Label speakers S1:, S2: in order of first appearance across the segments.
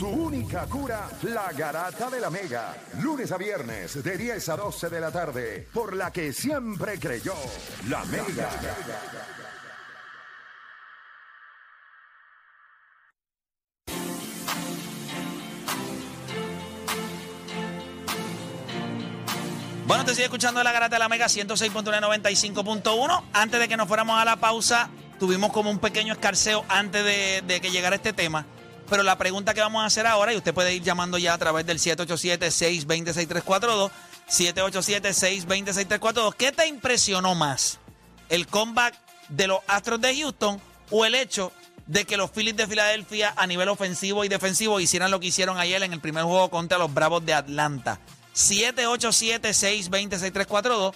S1: Tu única cura, la garata de la mega. Lunes a viernes de 10 a 12 de la tarde, por la que siempre creyó, la mega.
S2: Bueno, te sigue escuchando la garata de la Mega 106.995.1. Antes de que nos fuéramos a la pausa, tuvimos como un pequeño escarceo antes de, de que llegara este tema. Pero la pregunta que vamos a hacer ahora, y usted puede ir llamando ya a través del 787-620-6342, 787-620-6342, ¿qué te impresionó más? ¿El comeback de los Astros de Houston o el hecho de que los Phillies de Filadelfia a nivel ofensivo y defensivo hicieran lo que hicieron ayer en el primer juego contra los Bravos de Atlanta? 787-620-6342.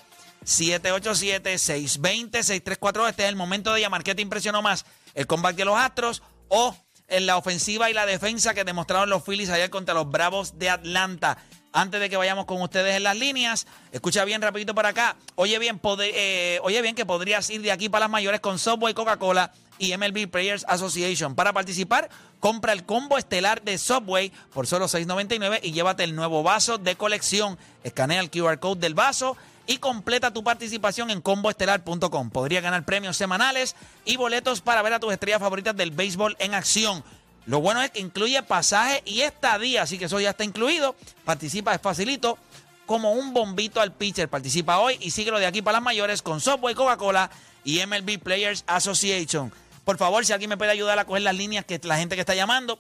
S2: 787-620-6342. Este es el momento de llamar. ¿Qué te impresionó más? ¿El comeback de los Astros o en la ofensiva y la defensa que demostraron los Phillies ayer contra los Bravos de Atlanta? Antes de que vayamos con ustedes en las líneas, escucha bien rapidito por acá. Oye bien, pod- eh, oye bien que podrías ir de aquí para las mayores con Subway, Coca-Cola y MLB Players Association. Para participar, compra el combo estelar de Subway por solo $6.99 y llévate el nuevo vaso de colección. Escanea el QR code del vaso y completa tu participación en comboestelar.com. Podrías ganar premios semanales y boletos para ver a tus estrellas favoritas del béisbol en acción. Lo bueno es que incluye pasaje y estadía, así que eso ya está incluido. Participa, es facilito como un bombito al pitcher. Participa hoy y síguelo de aquí para las mayores con Subway, Coca-Cola y MLB Players Association. Por favor, si alguien me puede ayudar a coger las líneas que la gente que está llamando,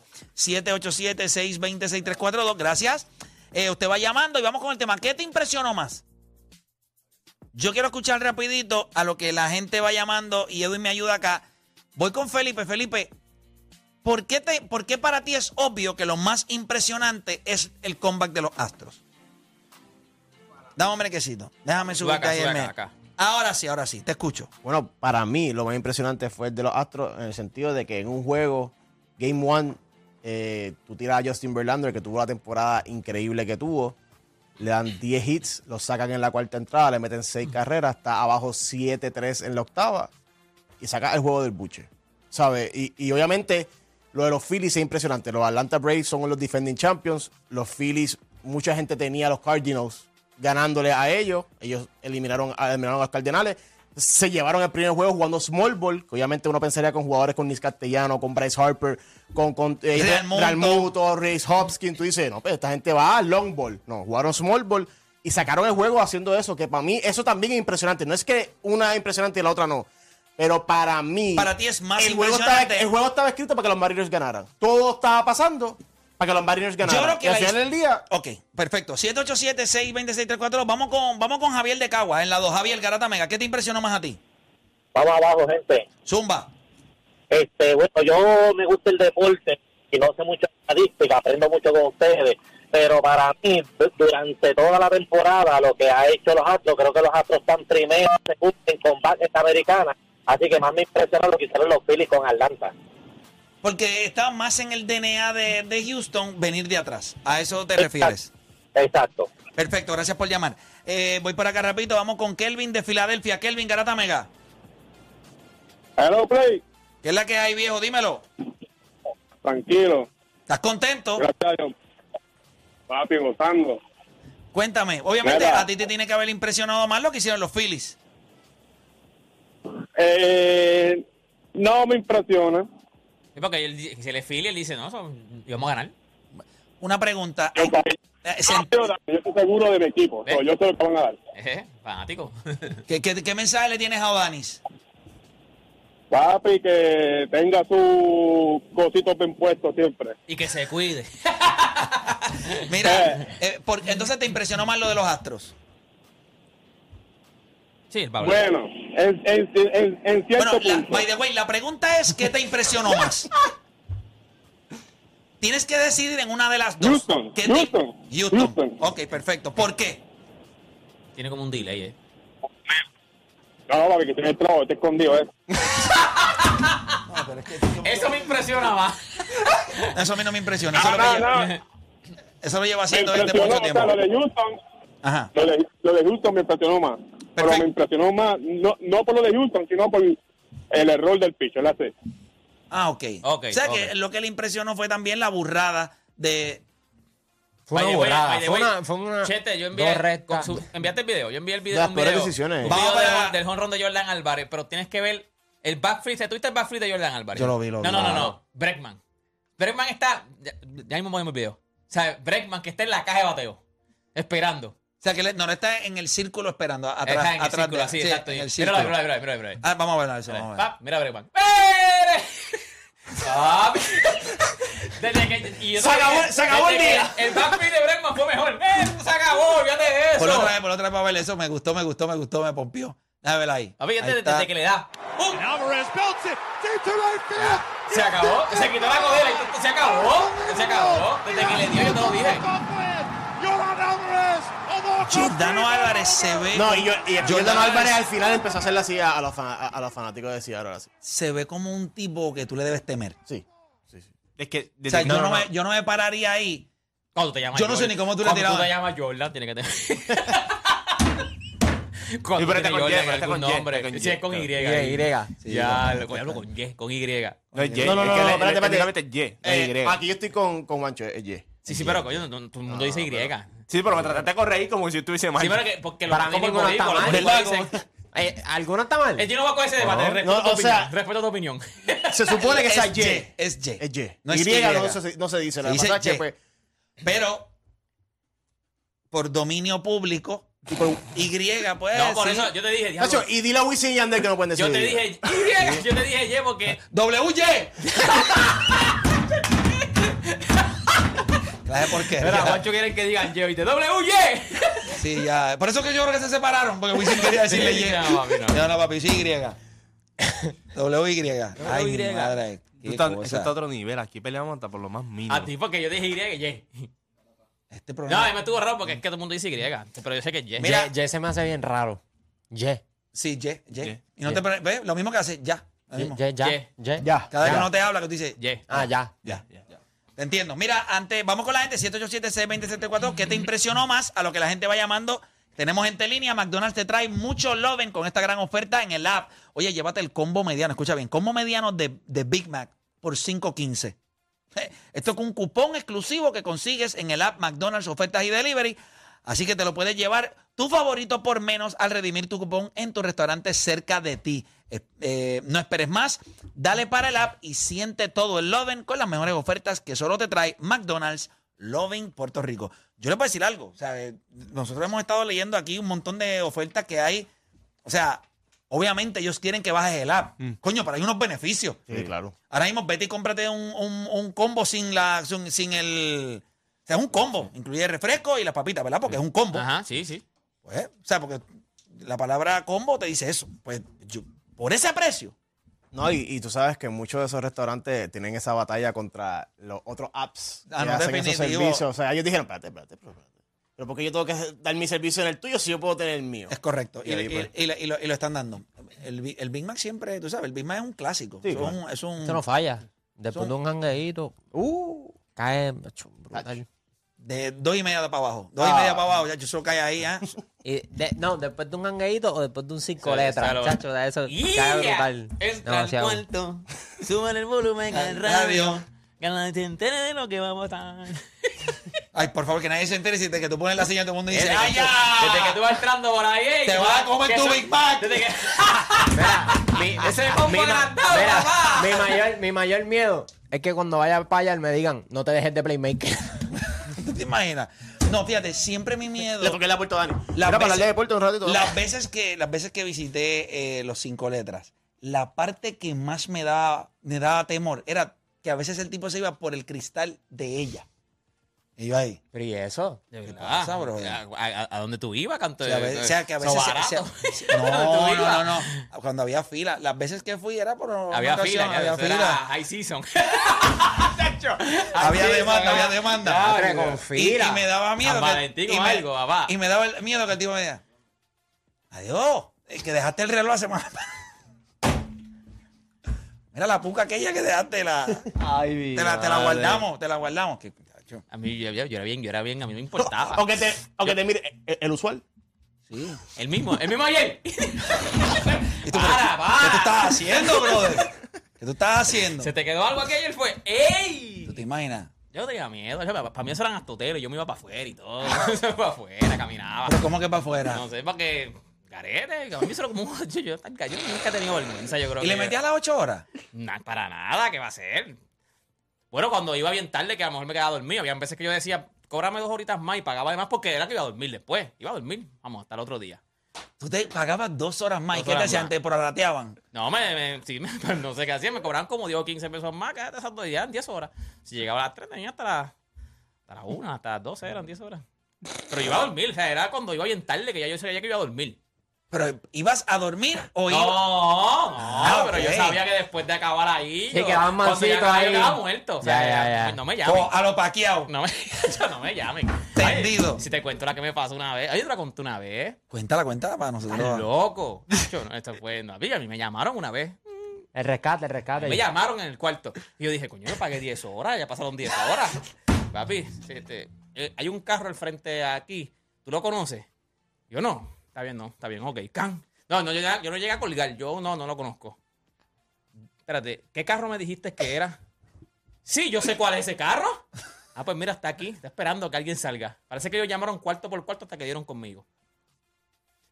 S2: 787-620-6342, gracias. Eh, usted va llamando y vamos con el tema. ¿Qué te impresionó más? Yo quiero escuchar rapidito a lo que la gente va llamando y Edwin me ayuda acá. Voy con Felipe. Felipe, ¿por qué, te, ¿por qué para ti es obvio que lo más impresionante es el comeback de los Astros? Dame un brequecito. Déjame subir
S3: acá,
S2: ahí el
S3: sube
S2: me-
S3: acá, acá.
S2: Ahora sí, ahora sí, te escucho.
S4: Bueno, para mí lo más impresionante fue el de los Astros en el sentido de que en un juego, Game One, eh, tú tiras a Justin Verlander, que tuvo la temporada increíble que tuvo, le dan 10 hits, lo sacan en la cuarta entrada, le meten 6 carreras, está abajo 7-3 en la octava y saca el juego del buche. ¿Sabes? Y, y obviamente lo de los Phillies es impresionante. Los Atlanta Braves son los defending champions. Los Phillies, mucha gente tenía a los Cardinals ganándole a ellos. Ellos eliminaron, a- eliminaron a los Cardinales. Se llevaron el primer juego jugando small ball, que obviamente uno pensaría con jugadores con Nick Castellano, con Bryce Harper, con, con eh,
S2: Real Muto.
S4: Real Muto, Reyes Hopkins. Tú dices, no, pero esta gente va a long ball. No, jugaron small ball y sacaron el juego haciendo eso, que para mí eso también es impresionante. No es que una es impresionante y la otra no. Pero para mí.
S2: Para ti es más
S4: el juego estaba,
S2: impresionante.
S4: el juego estaba escrito para que los Mariners ganaran. Todo estaba pasando para que los Mariners ganaran.
S2: creo que
S4: y al
S2: la
S4: final
S2: his-
S4: del día.
S2: Ok, perfecto. 787-620-6342. Vamos con, vamos con Javier de Caguas en la 2. Javier Garata Mega, ¿qué te impresionó más a ti?
S5: Vamos abajo, gente.
S2: Zumba.
S5: Este, bueno, yo me gusta el deporte y no sé mucho de estadística, aprendo mucho con ustedes, pero para mí, du- durante toda la temporada, lo que ha hecho los Astros, creo que los Astros están primero, segundo en combate esta americana, así que más me impresiona lo que hicieron los Phillies con Atlanta.
S2: Porque está más en el DNA de, de Houston venir de atrás. A eso te refieres.
S5: Exacto.
S2: Perfecto, gracias por llamar. Eh, voy por acá rapidito, vamos con Kelvin de Filadelfia. Kelvin Garata Mega.
S6: Hello, Play.
S2: ¿Qué es la que hay, viejo? Dímelo.
S6: Tranquilo.
S2: ¿Estás contento?
S6: Gracias a Dios. Papi, gozando.
S2: Cuéntame. Obviamente
S6: Mira.
S2: a ti te tiene que haber impresionado más lo que hicieron los Phillies.
S6: Eh, no me impresiona.
S3: Sí, porque él, di- se le filia él dice, no, son- íbamos a ganar.
S2: Una pregunta.
S6: Yo, papi,
S2: Eh,
S6: yo
S2: sen-
S6: estoy seguro de mi equipo. So, yo sé lo que van a dar.
S3: Ejé, fanático.
S2: ¿Qué, qué, qué mensaje le tienes a Odanis?
S6: Papi, que tenga sus cositos bien puestos siempre.
S3: y que se cuide.
S2: Mira, eh, por- entonces te impresionó más lo de los Astros.
S3: Sí, el Pablo.
S6: Bueno, en, en, en, en
S2: Bueno,
S6: cierto
S2: la-
S6: punto.
S2: by the way, la pregunta es, ¿qué te impresionó más? Tienes que decidir en una de las dos.
S6: Houston,
S2: ¿Qué
S6: Houston,
S2: Houston.
S6: Houston.
S2: Ok, perfecto. ¿Por qué?
S3: Tiene como un delay, eh.
S6: No, papi, que tiene el trabajo, está escondido. Eh.
S3: Eso me impresiona más.
S2: Eso a mí no me impresiona. Eso,
S6: Ah,
S2: lo, que
S6: no,
S2: llevo-
S6: no.
S2: eso lo llevo
S6: Me
S2: haciendo desde
S6: impresionó,
S2: mucho
S6: o sea,
S2: tiempo.
S6: lo de Houston,
S2: Ajá.
S6: lo de, lo de Houston me impresionó más. Pero
S2: Perfecto.
S6: me impresionó más, no, no por lo de Houston, sino por el error del pitcher, la sé.
S2: Ah, ok.
S3: Ok,
S2: o sea
S3: ok.
S2: que lo que le impresionó fue también la burrada de.
S7: Fue una
S3: By the way,
S7: borrada.
S3: by the
S7: Fue
S3: way,
S7: una, fue una-
S3: Chete, yo
S7: dos
S3: envié.
S7: rectas.
S3: con su- enviaste el video. Yo envié el video.
S4: Las
S3: un
S4: peores
S3: video,
S4: decisiones.
S3: un
S2: Vamos
S3: video
S2: para-
S3: del, del home run de Jordan Álvarez. Pero tienes que ver el backflip. ¿Te tuviste el backflip de Jordan Álvarez?
S4: Yo lo vi, lo
S3: No,
S4: vi.
S3: no, no,
S4: Claro.
S3: no. Breckman. Breckman está. Ya, ya mismo ponemos el video. O sea, Breckman que está en la caja de bateo. Esperando.
S2: O sea, que le- no, no está en el círculo esperando. a- Atrás,
S3: Está en el
S2: atrás
S3: círculo,
S2: de-
S3: así,
S2: sí,
S3: exacto.
S2: en el
S3: Míralo,
S2: círculo.
S3: míralo, míralo, míralo, míralo.
S2: Ah, vamos a ver eso.
S3: Mira,
S2: Vamos a ver.
S3: pap, mira Bregman. ¡Pere! Papi. Desde que- y yo
S7: Se acabó-
S3: desde que-
S7: se acabó el
S3: desde
S7: día.
S3: que El backfield de Bregman fue mejor. ¡Eh, se acabó! ¡Fíjate de eso!
S2: Por otra vez, por otra vez para ver eso. Me gustó, me gustó, me gustó, me pompió. Déjame verla ahí.
S3: Papi, este
S2: Ahí
S3: desde,
S2: está.
S3: desde que le da. ¡Pum! Ya, Se acabó. Se quitó la codera. y Se acabó. Se acabó. Desde que le dio, yo te lo dije.
S2: Giordano Álvarez se ve,
S4: No, y, yo, y Jordan
S2: Álvarez-
S4: Álvarez al final empezó a hacerle así a, a los, fan- a- a los fanáticos de Seattle. Ahora sí.
S2: se ve como un tipo que tú le debes temer.
S4: Sí.
S7: Es que
S2: O
S7: desde
S2: sea,
S7: que-
S2: yo, no Me, yo no me pararía ahí.
S3: Cuando te llamas
S2: Yo no sé
S3: Jordan-
S2: ni cómo tú le
S3: Cuando tú
S2: tirabas.
S3: te llamas Jordan, tiene que tener. Cuando
S7: Sí, pero
S3: tiene
S7: está con
S3: Jordan
S7: Y, está
S3: algún
S7: con Y,
S3: nombre.
S7: está con
S3: Sí,
S7: Y,
S3: es con Y.
S7: claro. Y, Y.
S2: Sí,
S3: ya,
S2: con-
S3: lo- hablo con Y, con Y.
S7: No, es Y,
S4: No, no,
S7: es
S4: no,
S7: que
S4: no,
S7: le-
S4: espérate, espérate.
S7: literalmente es Y, no es
S4: Eh,
S7: Y.
S4: aquí yo estoy con, con Juancho, es Y.
S3: Sí, sí, pero coño, no- no- todo el mundo dice Y.
S7: Sí, pero me trataste de correr como si yo estuviese mal.
S3: Sí, pero que, porque
S7: Para
S3: los
S7: mí
S3: como
S7: ninguno
S3: los
S7: está
S3: boricuas,
S7: mal,
S3: los boricuas
S7: ¿verdad?
S3: dicen-
S7: Eh, ¿Alguno está mal?
S3: Eh, yo no voy a coger ese debate,
S7: No,
S3: respeto,
S4: no,
S3: tu
S4: o
S3: opinión,
S4: sea-
S3: respeto tu opinión.
S4: Se supone que
S2: Es
S4: esa es
S2: Y,
S4: Y.
S2: Es Y.
S4: Es Y.
S2: No
S4: No
S2: es
S4: y
S2: Y.
S4: no se, no se dice. Lo
S2: Se
S4: que pasa es
S2: dice
S4: que
S2: Y.
S4: pues,
S2: Pero, por dominio público, y, pues.
S3: No, por
S2: sí.
S3: eso yo te dije, diablo,
S4: Nacho, y dile a Wisin y Yandel que no pueden decir
S3: yo te
S4: Y.
S3: dije, Y, yo te dije, Y, porque
S2: ¡WY! Claro, por qué?
S3: Espera,
S2: Ya.
S3: Juancho quieren que digan Y, te doble Y.
S2: Sí, ya. Por eso que yo creo que se separaron, porque Wisin quería decirle
S3: Sí,
S2: Y.
S3: no, papi, no.
S2: No, no, papi, sí, Y. WY. Ay, mi
S3: W Y.
S2: madre. qué
S7: Tú estás-
S2: cosa.
S7: Eso está a otro nivel. Aquí peleamos hasta por lo más mínimo.
S3: A ti porque yo dije Y, Y.
S2: Este
S3: No,
S2: programa.
S3: a mí me estuvo raro porque es que todo el mundo dice Y, pero yo sé que es Y.
S2: Mira.
S7: Ye se me hace bien raro. Ye.
S2: Sí, ye, ye.
S7: Ye,
S2: Y no te pre- ¿ves? Lo mismo que hace, ya. Lo mismo.
S3: Ye.
S7: Ye.
S4: Ya.
S2: Cada vez que no te habla, que tú dices,
S3: Y.
S7: Ah, ya.
S2: ya. Te entiendo. Mira, antes, vamos con la gente, 787-620-734. ¿Qué te impresionó más a lo que la gente va llamando? Tenemos gente en línea. McDonald's te trae mucho loven con esta gran oferta en el app. Oye, llévate el combo mediano. Escucha bien, combo mediano de, de Big Mac por 5.15. Esto es un cupón exclusivo que consigues en el app McDonald's Ofertas y Delivery. Así que te lo puedes llevar tu favorito por menos al redimir tu cupón en tu restaurante cerca de ti. Eh, eh, no esperes más, dale para el app y siente todo el Loven con las mejores ofertas que solo te trae McDonald's Loven Puerto Rico. Yo les voy a decir algo, o sea, eh, nosotros hemos estado leyendo aquí un montón de ofertas que hay. O sea, obviamente ellos quieren que bajes el app. Coño, pero hay unos beneficios.
S4: Sí, claro.
S2: Ahora mismo vete y cómprate un, un- un combo sin la sin, sin el o sea, es un combo, incluye refresco y las papitas, ¿verdad? Porque es un combo.
S3: Ajá, sí, sí.
S2: Pues, o sea, porque la palabra combo te dice eso. Pues yo- por ese precio.
S4: No, y, y tú sabes que muchos de esos restaurantes tienen esa batalla contra los otros apps
S2: Ah,
S4: que
S2: no,
S4: hacen esos
S2: definitivo.
S4: servicios. O sea, ellos dijeron, espérate, espérate, pero espérate. Pero porque yo tengo que dar mi servicio en el tuyo si yo puedo tener el mío.
S2: Es correcto. Y,
S4: Y ahí,
S2: y-
S4: pues.
S2: y lo, y lo- y lo están dando. El, Bi- el Big Mac siempre, tú sabes, el Big Mac es un clásico.
S4: Sí,
S2: Eso es
S4: claro.
S2: un- es un-
S7: Eso no falla. Después
S2: Son-
S7: de un jangueíto, uh, cae macho, brutal.
S2: de dos y media para abajo. Dos y
S4: Ah.
S2: media para abajo, ya yo solo cae ahí, ¿ah?
S7: Y de- no, después de un jangueíto o después de un cinco
S3: Se-
S7: letras,
S3: se lo-
S7: chacho, de eso cae brutal.
S3: Entra al
S7: Demasiado.
S3: cuarto, suban el volumen al radio. Que nadie se entere de lo que vamos a estar.
S2: Ay, por favor, que nadie se entere si te- que tú pones la señal todo el mundo dice,
S3: Desde que
S2: ¡ay,
S3: tú-
S2: ya!
S3: Desde que tú vas entrando por ahí. eh,
S2: Te
S3: que
S2: vas a
S3: tú-
S2: comer
S3: que
S2: tu
S3: eso-
S2: Big Mac.
S3: Desde que.
S7: Mira, mi,
S3: Ese combo
S7: mi ma-
S3: agrandado,
S7: mira,
S3: papá.
S7: mi mayor, mi mayor miedo es que cuando vaya para allá me digan, no te dejes de Playmaker.
S2: ¿Tú te imaginas? No, fíjate, siempre mi miedo.
S4: Le toqué la puerta a Dani.
S2: Las
S4: Era para hablar
S2: veces-
S4: de deporte un ratito.
S2: Las veces que, las veces que visité eh, los cinco letras, la parte que más me daba, me daba temor era que a veces el tipo se iba por el cristal de ella. Y yo ahí.
S7: Pero ¿y eso?
S3: De verdad.
S2: pasa, bro?
S3: ¿A, a- a dónde tú ibas, canto?
S2: O sea, a veces- o sea, que a veces.
S3: barato.
S2: se- se- no, no, no, no. Cuando había fila. Las veces que fui era por. una
S3: Había
S2: ocasión,
S3: fila, ya,
S2: había
S3: eso
S2: fila.
S3: era high season. Chacho, high
S2: Había
S3: season,
S2: demanda,
S3: ah.
S2: había demanda.
S3: Ah,
S7: Hombre,
S3: pero-
S7: con
S2: Y-
S7: fila.
S2: Y, me daba miedo.
S3: San
S2: que-
S3: Valentín
S2: y
S3: o
S2: me-
S3: algo, papá.
S2: Y me daba el miedo que el tipo me diga, adiós, es que dejaste el reloj hace más. Mira la puca aquella que dejaste, la,
S7: Ay,
S2: te, la, te la
S7: madre.
S2: guardamos, te la guardamos. Que- cacho,
S3: A mí yo, yo- yo era bien, yo era bien, a mí no me importaba.
S4: O que te, o que te mire
S3: eh,
S4: el, el usual.
S2: sí.
S3: El mismo, el mismo ayer.
S2: ¿Y tú,
S3: para,
S2: pero, ¿Qué tú
S3: para.
S2: estás haciendo, brother? ¿Qué tú estás haciendo?
S3: Se te quedó algo aquí ayer fue. ¡Ey!
S2: ¿Tú te imaginas?
S3: Yo tenía miedo. yo- para mí eso eran astoteros. Yo me iba para afuera y todo. para afuera, caminaba.
S2: Pero ¿cómo que para afuera?
S3: No sé, para qué. Garete, a mí eso era como un- yo, yo, yo nunca he tenido vergüenza, yo creo
S2: ¿Y le
S3: que-
S2: metías las 8 horas?
S3: Nah, para nada, ¿qué va a ser? Bueno, cuando iba bien tarde, que a lo mejor me quedaba dormido, había veces que yo decía, cóbrame dos horitas más y pagaba además porque era que iba a dormir después. Iba a dormir, vamos, hasta el otro día.
S2: Tú te pagabas dos horas más. ¿Y
S3: Dos
S2: qué te
S3: horas
S2: hacían?
S3: más.
S2: Te prorrateaban.
S3: No, me, me- sí, me- no sé qué hacía, me cobraban como 10 o 15 pesos más, quédate esas dos ya en 10 horas. Si llegaba a las 3, tenía hasta las, hasta las 1, hasta las 12 eran 10 horas. Pero yo iba a dormir, o sea, era cuando iba bien tarde que ya yo sabía que iba a dormir.
S2: Pero ¿ibas a dormir o
S3: No,
S2: ibas?
S3: no, pero
S2: ok.
S3: yo sabía que después de acabar ahí.
S7: Sí,
S3: yo-
S7: Ah, quedaban
S3: cuando ya
S7: mansitos
S3: acababa,
S7: ahí.
S3: Yo quedaba muerto. O sea, pues,
S7: Ya, ya, ya.
S3: No me llamen.
S2: O a lo paqueado.
S3: No me, no me llamen.
S2: Tendido.
S3: Ay, si te cuento la que me pasó una vez. Ay, yo te la conté una vez.
S2: Cuéntala, cuéntala para nosotros.
S3: Estás loco. Yo, no, esto fue. no, a mí- a mí me llamaron una vez.
S7: El rescate, el rescate.
S3: Me llamaron en el cuarto. Y yo dije, coño, yo pagué 10 horas, ya pasaron 10 horas. Papi, este, eh, hay un carro al frente aquí. ¿Tú lo conoces? Yo no. Está bien, no. Está bien, ok. Can. No, no, yo, ya- yo no llegué a colgar. Yo no, no lo conozco. Espérate, ¿qué carro me dijiste que era? Sí, yo sé cuál es ese carro. Ah, pues mira, está aquí. Está esperando a que alguien salga. Parece que ellos llamaron cuarto por cuarto hasta que dieron conmigo.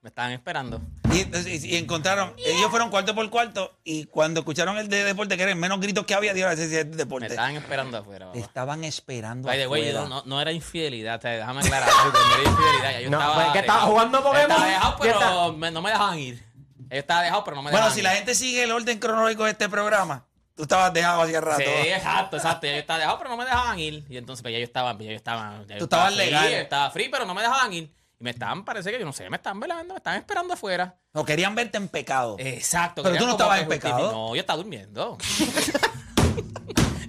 S3: Me estaban esperando.
S2: Y, pues, y- y encontraron, ellos fueron cuarto por cuarto y cuando escucharon el de deporte, que era el menos gritos que había, dijeron, ese sí es de
S3: Me
S2: deporte.
S3: estaban esperando afuera.
S2: Te
S3: papá.
S2: estaban esperando
S3: By the way,
S2: afuera.
S3: yo no, no era infidelidad, o sea, déjame aclarar algo, no era infidelidad, ya yo
S7: No,
S3: estaba
S7: pues, ¿qué estaba
S3: dejado.
S7: jugando Pokémon?
S3: Estaba dejado,
S7: ¿Qué está-
S3: pero me- no me dejaban ir. Yo estaba dejado, pero no me dejaban
S2: Bueno, si la gente sigue el orden cronológico de este programa, tú estabas dejado hace rato.
S3: ir. Sí, exacto, exacto, ya yo estaba dejado, pero no me dejaban ir. Y entonces pues, ya yo estaba, ya yo estaba, ya yo
S2: Tú estabas
S3: free,
S2: legal.
S3: yo estaba free, pero no me dejaban ir. Y me estaban, parece que yo no sé, me estaban velando, me estaban esperando afuera.
S2: No querían verte en pecado.
S3: Eh, Exacto.
S2: Pero tú
S3: querían
S2: no
S3: como
S2: estabas
S3: que
S2: en pecado.
S3: justificar- No, yo estaba durmiendo.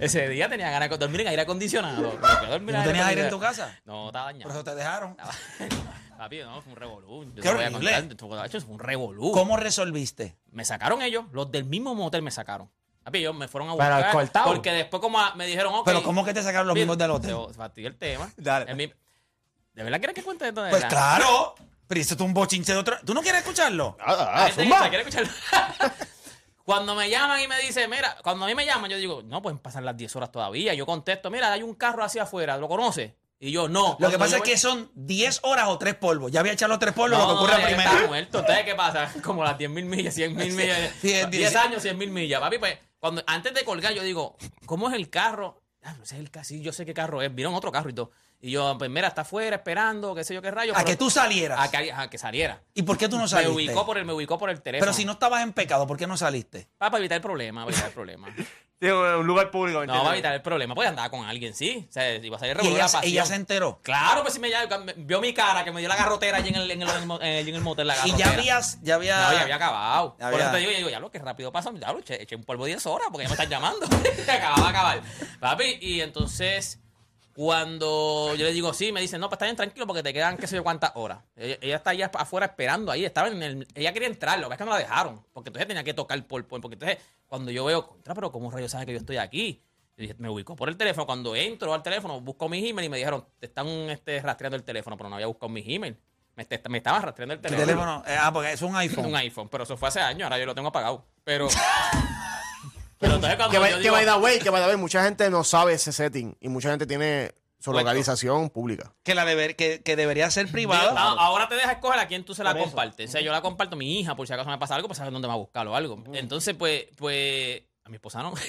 S3: Ese día tenía ganas de dormir en aire acondicionado. Me quedé a dormir
S2: ¿No
S3: en
S2: tenías aire en
S3: acondicionado.
S2: tu casa?
S3: No, estaba
S2: Por
S3: dañado.
S2: eso te dejaron.
S3: Ah, Papi, no, fue un revolú. Yo
S2: Qué
S3: te voy a
S2: horrible.
S3: contar, te voy a- hecho, fue un revolú.
S2: ¿Cómo resolviste?
S3: Me sacaron ellos, los del mismo motel me sacaron. Papi, ellos me fueron a
S7: Pero
S3: buscar.
S7: escoltado.
S3: Porque después como a- me dijeron, ok.
S2: Pero ¿cómo que te sacaron los mismos del hotel?
S3: Fastidio el tema.
S4: Dale.
S3: El mi- ¿De verdad quieres que cuente esto? de
S2: Pues
S3: verdad?
S2: claro. Pero eso es un bochinche de otro. ¿Tú no quieres escucharlo?
S4: Ah,
S3: La
S4: ah,
S3: gente
S4: zumba.
S3: que está, quiere escucharlo. cuando me llaman y me dicen, mira, cuando a mí me llaman, yo digo, no, pueden pasar las 10 horas todavía. Yo contesto, mira, hay un carro hacia afuera, ¿lo conoces? Y yo, no.
S2: Lo que
S3: Cuando
S2: pasa
S3: yo
S2: es que
S3: voy-
S2: son 10 horas o 3 polvos. Ya había echado los 3 polvos,
S3: No,
S2: lo que
S3: no,
S2: ocurre
S3: no, ya
S2: primero.
S3: Está muerto. Entonces, ¿qué pasa? Como las 10.000 millas, 100.000 millas.
S2: Sí, es
S3: 10,
S2: 10.
S3: años, 100.000 millas. Papi, pues, cuando, antes de colgar, yo digo, ¿cómo es el carro? Ah, no sé el ca- sí, yo sé qué carro es. Vieron otro carro y todo. Y yo, pues mira, está afuera esperando, qué sé yo qué rayos.
S2: A
S3: pero-
S2: que tú salieras.
S3: A que, a que saliera.
S2: ¿Y por qué tú no
S3: me,
S2: saliste?
S3: ubicó por el, me ubicó por el teléfono.
S2: Pero si no estabas en pecado, ¿por qué no saliste?
S3: Ah, para evitar el problema, para evitar el problema.
S4: Digo, un lugar público. ¿me
S3: No,
S4: entiendes?
S3: para evitar el problema. Pues andaba con alguien, sí. O sea, iba a
S2: Y
S3: salir revolver
S2: ella,
S3: la pasión.
S2: ella se enteró.
S3: Claro, pues si me llamó, vio mi cara, que me dio la garrotera allí en el, en el, en el- en el motel. La
S2: Y
S3: garrotera.
S2: ya habías, ya había.
S3: No, ya había acabado.
S2: Ya
S3: Por eso
S2: había-
S3: te digo, yo digo, ya lo que rápido pasa, ya lo eché, eché un polvo 10 horas porque ya me están llamando. Acababa de acabar. Papi, y entonces, cuando yo le digo, sí, me dicen, no, pues está bien tranquilo porque te quedan qué sé yo cuántas horas. Ella, ella está allá afuera esperando ahí, estaba en el, ella quería entrar, lo que pasa es que no la dejaron, porque entonces tenía que tocar por, por- porque entonces cuando yo veo, contra, pero ¿cómo rayos sabe que yo estoy aquí? Y dije, me ubicó por el teléfono. Cuando entro al teléfono, busco mi email y me dijeron, te están este, rastreando el teléfono, pero no había buscado mi email. Me, te- me estaban rastreando el
S2: Tu
S3: teléfono.
S2: teléfono. eh, ah, porque es un iPhone.
S3: Un iPhone, pero eso fue hace años, ahora yo lo tengo apagado. Pero. pero entonces cuando
S4: Que,
S3: yo
S4: by- que
S3: digo,
S4: by the way, que by the way, mucha gente no sabe ese setting y mucha gente tiene su localización pública.
S2: Que, la deber- que, que debería ser
S3: digo,
S2: privado.
S3: ah, ahora te deja escoger a quién tú se la
S4: Por eso.
S3: compartes. O sea, yo la comparto a mi hija, por si acaso me pasa algo, pues sabes dónde me va a buscar o algo.
S2: Mm.
S3: Entonces, pues, pues. A mi esposa no.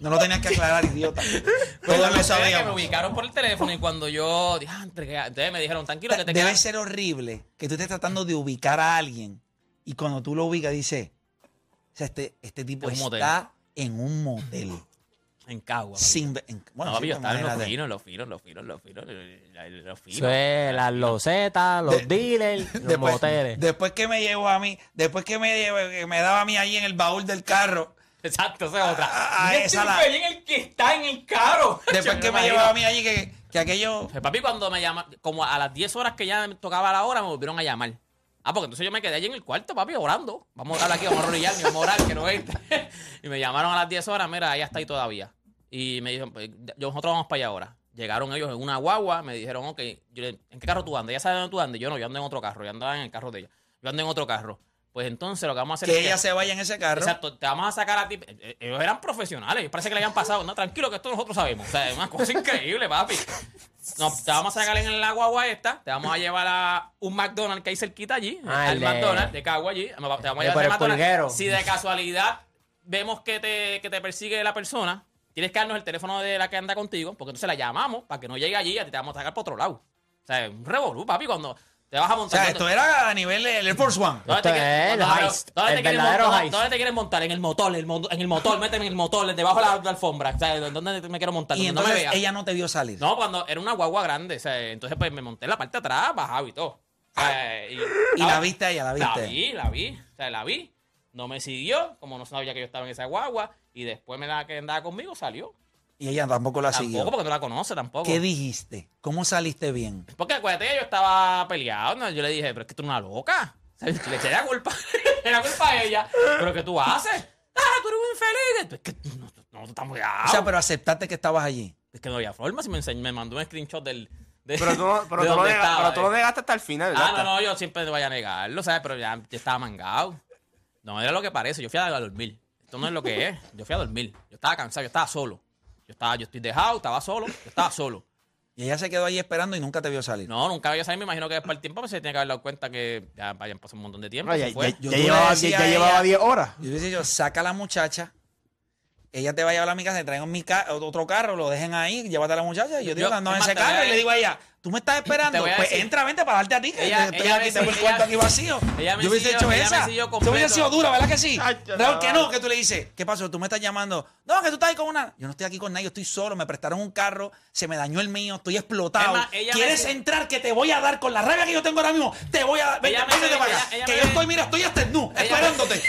S2: No lo tenías que aclarar, idiota.
S3: Pues, la
S2: Todos
S3: cosa
S2: lo
S3: es que me
S2: sabíamos.
S3: ubicaron por el teléfono y cuando yo. dije, "Ah, entre que-". Entonces me dijeron, tranquilo, que te
S2: Debe
S3: quedas.
S2: ser horrible que tú estés tratando de ubicar a alguien y cuando tú lo ubicas dices, o sea, este, este tipo
S3: Es un motel.
S2: está en un motel.
S3: En Cagua.
S2: Sin, en-
S3: No,
S2: bueno, sí,
S3: papi, yo
S2: pues,
S3: estaba en los
S2: imagínate.
S3: finos, los finos, los finos, los finos, los finos.
S7: Eso es las losetas, los dealers, los
S3: pues,
S2: después,
S7: moteles.
S2: después que me llevó a mí, después que me, llevo- que me daba a mí ahí en el baúl del carro,
S3: Exacto, esa es otra.
S2: Ah,
S3: Yo
S2: esa
S3: estoy
S2: la-
S3: feliz en el que está en el carro.
S2: después
S3: Yo
S2: que me
S3: imagino.
S2: llevaba a mí allí que, que aquello...
S3: Pues, papi, cuando me llaman, como a las 10 horas que ya me tocaba la hora, me volvieron a llamar. Ah, porque entonces yo me quedé allí en el cuarto, papi, orando. Vamos a orar aquí, vamos a rodillar, vamos a orar, que no es. y me llamaron a las 10 horas, mira, ella está ahí todavía. Y me dijeron, pues, yo- nosotros vamos para allá ahora. Llegaron ellos en una guagua, me dijeron, ok, yo le- ¿en qué carro tú andas? ¿Ella sabe dónde tú andas? Yo no, yo ando en otro carro, yo andaba en el carro de ella. Yo ando en otro carro. pues entonces lo que vamos a hacer
S2: Que
S3: es
S2: ella se vaya en ese carro.
S3: Exacto, te vamos a sacar a ti. Eh, Ellos eran profesionales, parece que le habían pasado. No, tranquilo, que esto nosotros sabemos. O sea, es una cosa increíble, papi. No, te vamos a sacar en la guagua esta, te vamos a llevar a un McDonald's que hay cerquita allí,
S7: Ah,
S3: al
S7: el de-
S3: McDonald's de Cagua allí. Te vamos a
S2: Eh,
S7: por
S3: llevar
S7: el
S3: al
S7: pulguero.
S3: McDonald's. Si de casualidad vemos que te, que te persigue la persona, tienes que darnos el teléfono de la que anda contigo, porque entonces la llamamos para que no llegue allí y a ti te vamos a sacar por otro lado. O sea, es un revolú, papi, cuando te vas a
S2: O
S3: montar.
S2: sea, esto
S3: cuando-
S2: era a nivel del Air Force One.
S3: ¿Dónde te,
S7: Esto
S3: quieres-
S7: es el
S3: ¿dónde-
S7: heist,
S3: dónde te
S7: el
S3: quieres
S7: verdadero
S3: montar?
S7: heist.
S3: ¿Dónde te quieres montar? En el motor, el mon- en el motor, méteme en el motor, debajo de la, de la alfombra. O sea, ¿dónde te- me quiero montar?
S2: Y
S3: Donde no me
S2: entonces
S3: veas.
S2: ella no te vio salir.
S3: No, cuando era una guagua grande, o sea, entonces pues me monté en la parte de atrás, bajado y todo. O sea, y,
S2: Y la viste a ella, la
S3: La
S2: viste.
S3: vi, la vi, o sea, la vi. No me siguió, como no sabía que yo estaba en esa guagua, y después me la que andaba conmigo salió.
S2: Y ella tampoco la
S3: tampoco,
S2: siguió.
S3: porque no la conoce tampoco.
S2: ¿Qué dijiste? ¿Cómo saliste bien?
S3: Porque acuérdate que yo estaba peleado, ¿no? yo le dije, pero es que tú eres una loca. O sea, le eché la culpa, era culpa a ella. ¿Pero qué tú haces? Ah, tú eres un infeliz. Es que tú- no, no, no, tú estás muy
S2: O sea, pues pero aceptaste que estabas allí.
S3: Es que no había forma si me, enseñó, me mandó un screenshot del... de-
S8: Pero tú, no- pero
S3: de
S8: tú lo,
S3: dónde
S8: nega-
S3: estaba,
S8: pero tú lo
S3: eh.
S8: negaste hasta el final.
S3: Ah,
S8: ¿verdad?
S3: no, no, yo siempre te voy a negarlo, ¿sabes? Pero ya, ya estaba mangado. No era lo que parece, yo fui a, a dormir. Esto no es lo que es, yo fui a dormir. Yo estaba cansado, yo estaba solo. Yo estaba, yo estoy dejado, estaba solo, yo estaba solo.
S2: Y ella se quedó ahí esperando y nunca te vio salir.
S3: No, nunca había salido, me imagino que después del tiempo pues, se tiene que haber dado cuenta que ya vayan pasó un montón de tiempo.
S4: No,
S3: se
S4: ya,
S3: fue.
S4: ya-
S2: Yo tú
S4: ya
S2: le
S4: llevaba,
S2: decía
S4: ya,
S2: a
S4: ya
S2: ella-
S4: llevaba 10 horas.
S2: Y yo decía yo, saca a la muchacha, ella te va a llevar a mi casa, te traen mi ca- otro carro, lo dejen ahí, llévate a la muchacha. Y yo digo,
S3: Yo-
S2: no,
S3: es
S2: en
S3: más,
S2: ese
S3: te voy a
S2: carro. Y le
S3: decir-
S2: digo a ella, tú me estás
S3: Te
S2: esperando.
S3: voy a
S2: Pues
S3: decir-
S2: entra, vente para darte a ti. que
S3: Ella-
S2: estoy
S3: ella
S2: aquí,
S3: me
S2: tengo el
S3: siguió-
S2: cuarto aquí vacío.
S3: ella me
S2: yo hubiese
S3: siguió-
S2: hecho
S3: ella me
S2: esa.
S3: siguió
S2: Tú hubiese
S3: completo.
S2: sido dura, ¿verdad que sí?
S8: Ay,
S2: Raúl, que
S8: chaval.
S2: no, que tú le dices, ¿qué pasó? Tú me estás llamando. No, que tú estás ahí con una. Yo no estoy aquí con nadie, yo estoy solo. Me prestaron un carro, se me dañó el mío, estoy explotado.
S3: Es más, ella me
S2: ¿Quieres
S3: decía-
S2: entrar? Que te voy a dar con la rabia que yo tengo ahora mismo. Te voy a dar. Vente,
S3: Ella me
S2: véngate
S3: decía-
S2: para acá.
S3: ella- ella
S2: Que
S3: me
S2: yo
S3: de-
S2: estoy, mira, estoy hasta el nu,
S3: me-
S2: esperándote.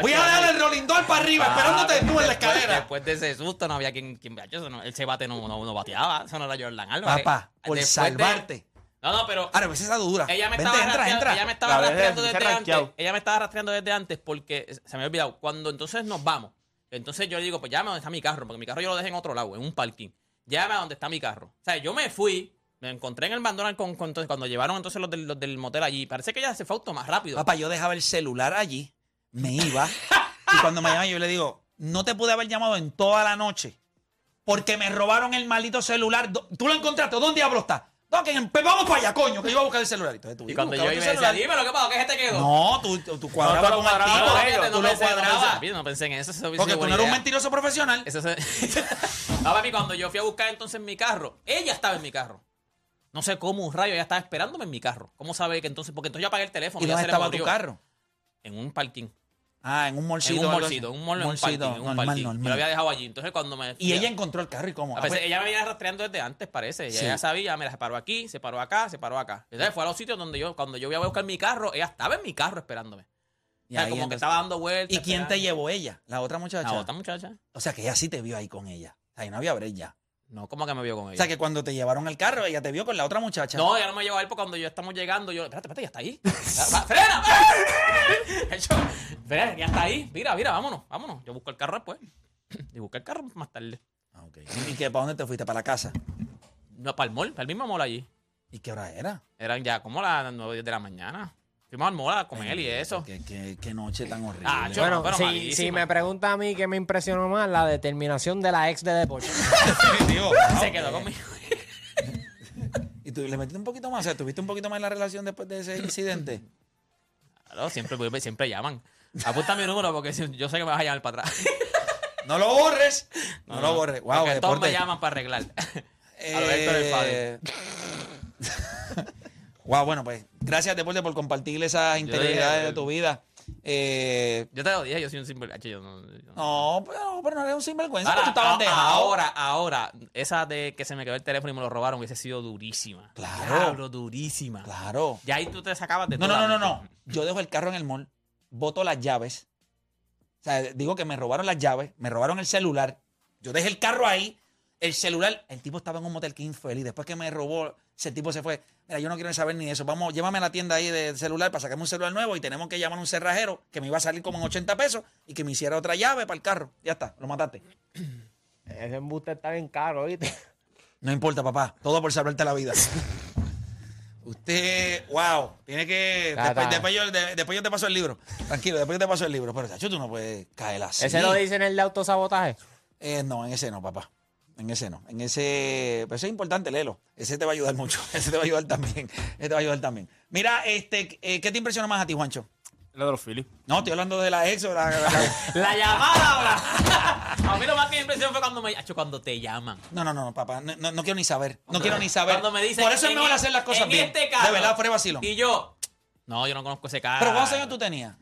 S2: Voy a dar el rolindol para arriba, esperándote desnudo en la
S3: Después-
S2: escalera.
S3: Después de ese susto no había quien, quien eso no- ese bate no, no, no bateaba, eso no era Jordan Álvarez.
S2: Papá, por
S3: Después de-
S2: salvarte.
S3: No, no, pero
S2: Ahora, a veces esa dura.
S3: ella me
S2: Vente,
S3: estaba
S2: entra,
S3: rastreando,
S2: entra.
S3: ella me estaba
S8: La vez de-
S3: rastreando
S8: se
S3: desde
S8: ranqueado.
S3: antes. Ella me estaba rastreando desde antes porque se me había olvidado. Cuando entonces nos vamos, entonces yo le digo, pues llame a donde está mi carro, porque mi carro yo lo dejé en otro lado, en un parking. Llame a donde está mi carro. O sea, yo me fui, me encontré en el McDonald's con, con- entonces, cuando llevaron entonces los del, los del motel allí. Parece que ella se fue auto más rápido.
S2: Papá, yo dejaba el celular allí, me iba. y cuando me llama, yo le digo, no te pude haber llamado en toda la noche. Porque me robaron el maldito celular. Do- Tú lo encontraste. ¿Dónde diablo está? No, que en- pues vamos para allá, coño, que yo iba a buscar el celular. Entonces tú
S3: y
S2: ibas,
S3: cuando yo
S2: buscabas
S3: iba
S2: tu
S3: me decía,
S2: celular.
S3: dime lo que pasó, ¿qué se te quedó?
S2: No, tú, tú, tú cuadrabas
S8: No, tú
S2: con
S8: lo
S2: el
S8: cuadrabas
S2: tipo.
S8: con ellos.
S3: fíjate,
S2: tú
S3: no
S2: lo
S3: pensé- no
S2: cuadrabas.
S3: pensé- no pensé en eso. eso hubiese
S2: Porque tú
S3: sido
S2: no
S3: buena
S2: eres un
S3: idea.
S2: mentiroso profesional.
S3: Eso se- Ah, Papi, cuando yo fui a buscar entonces mi carro, ella estaba en mi carro. No sé cómo un rayo, ella estaba esperándome en mi carro. ¿Cómo sabe que entonces? Porque entonces yo apagué el teléfono.
S2: ¿Y
S3: ya
S2: dónde
S3: se le
S2: estaba tu
S3: murió.
S2: carro?
S3: En un parking.
S2: Ah, en un
S3: En
S2: morcito.
S3: un
S2: o algo
S3: morcito,
S2: así.
S3: un mol, en un
S2: Morcito,
S3: parking. en un
S2: normal,
S3: parking. Yo
S2: normal.
S3: lo había dejado allí. Entonces cuando me.
S2: Y ella encontró el carro y ah, cómo.
S3: A veces ella me venía rastreando desde antes, parece. Ella
S2: Sí.
S3: ya sabía, mira, se paró aquí, se paró acá, se paró acá. Entonces fue a los sitios donde yo, cuando yo voy a buscar mi carro, ella estaba en mi carro esperándome.
S2: Y
S3: o sea,
S2: ahí
S3: como que
S2: entonces-
S3: estaba dando vueltas.
S2: ¿Y quién te
S3: esperando.
S2: llevó ella? La otra muchacha.
S3: La otra muchacha.
S2: O sea, que ella sí te vio ahí con ella. Ahí no había break ya.
S3: No, ¿cómo que me vio con
S2: O
S3: ella?
S2: sea, que cuando te llevaron al carro, ella te vio con la otra muchacha.
S3: No, ya no me llevó a él porque cuando yo estamos llegando, yo, espérate, espérate, ya está ahí. Va- va- ¡Frena! frena! Yo, Frena, ya está ahí. Mira, mira, vámonos, vámonos. Yo busco el carro después. Y busqué el carro más tarde.
S2: Ah, ok. ¿Y que para dónde te fuiste? ¿Para la casa?
S3: No, para el mall, para el mismo mall allí.
S2: ¿Y qué hora era?
S3: Eran ya como las 9 10 de la mañana. Fuimos al mall a comer y eso.
S2: ¿Qué, qué- qué noche tan horrible.
S3: Ah, yo-
S7: Bueno,
S3: pero
S7: si,
S3: malísima.
S7: si me pregunta a mí qué me impresionó más, la determinación de la ex de Deportes.
S2: Definitivo. Ah,
S3: Se
S2: ok.
S3: quedó conmigo.
S2: ¿Y tú le metiste un poquito más? O sea, ¿tuviste un poquito más en la relación después de ese incidente?
S3: Claro, siempre, vuelve- siempre llaman. Apunta mi número porque si- yo sé que me vas a llamar para atrás.
S2: ¡No lo borres! No, lo borres. Wow,
S3: Porque todos me
S2: deporte.
S3: llaman para arreglar.
S2: Eh,
S3: A lo Héctor el padre.
S2: Guau, bueno, pues gracias, Deporte, por compartir esas integridades de tu vida. Eh,
S3: Yo te lo dije, yo soy un sinvergüenza. Yo no, yo
S2: no, pero, pero no eres un sinvergüenza.
S3: Ahora,
S2: tú estabas
S3: a-
S2: dejado.
S3: ahora, ahora, esa de que se me quedó el teléfono y me lo robaron hubiese sido durísima.
S2: Claro.
S3: Diablo, durísima.
S2: Claro.
S3: Ya ahí tú te sacabas de
S2: No,
S3: toda
S2: no, no, no,
S3: la
S2: no.
S3: mente.
S2: Yo dejo el carro en el mall, boto las llaves. O sea, digo que me robaron las llaves, me robaron el celular. Yo dejé el carro ahí, el celular. El tipo estaba en un motel que infeliz. Después que me robó, ese tipo se fue. Mira, yo no quiero saber ni eso. Vamos, llévame a la tienda ahí de celular para sacarme un celular nuevo y tenemos que llamar a un cerrajero que me iba a salir como en 80 pesos y que me hiciera otra llave para el carro. Ya está, lo mataste.
S7: Ese embuste está bien caro, ¿viste?
S2: No importa, papá. Todo por salvarte la vida. Usted, wow, tiene que.
S8: Ta,
S2: Después,
S8: ta.
S2: después yo, de- después yo te paso el libro. Tranquilo, después yo te paso el libro. Pero, chacho, tú no puedes caer así.
S8: ¿Ese lo dicen en el de autosabotaje?
S2: Eh, no, en ese no, papá. En ese no. En ese. Pero ese es importante, léelo. Ese te va a ayudar mucho. Ese te va a ayudar también. Ese te va a ayudar también. Mira, este, eh, ¿qué te impresiona más a ti, Juancho?
S4: La de los Phillies.
S2: No, estoy hablando de la ex. o la- la-
S3: La llamada ahora. A mí lo más que me impresionó fue cuando me. Acho, cuando te llaman.
S2: No, no, no, papá. No, no- no quiero ni saber. No quiero ni saber.
S3: Cuando me dicen.
S2: Por eso es
S3: en
S2: mejor
S3: e-
S2: hacer las cosas
S3: en
S2: bien.
S3: Este carro.
S2: de verdad, fuera de vacilón.
S3: Y yo. No, yo no conozco ese carro.
S2: Pero ¿cuántos años tú tenías?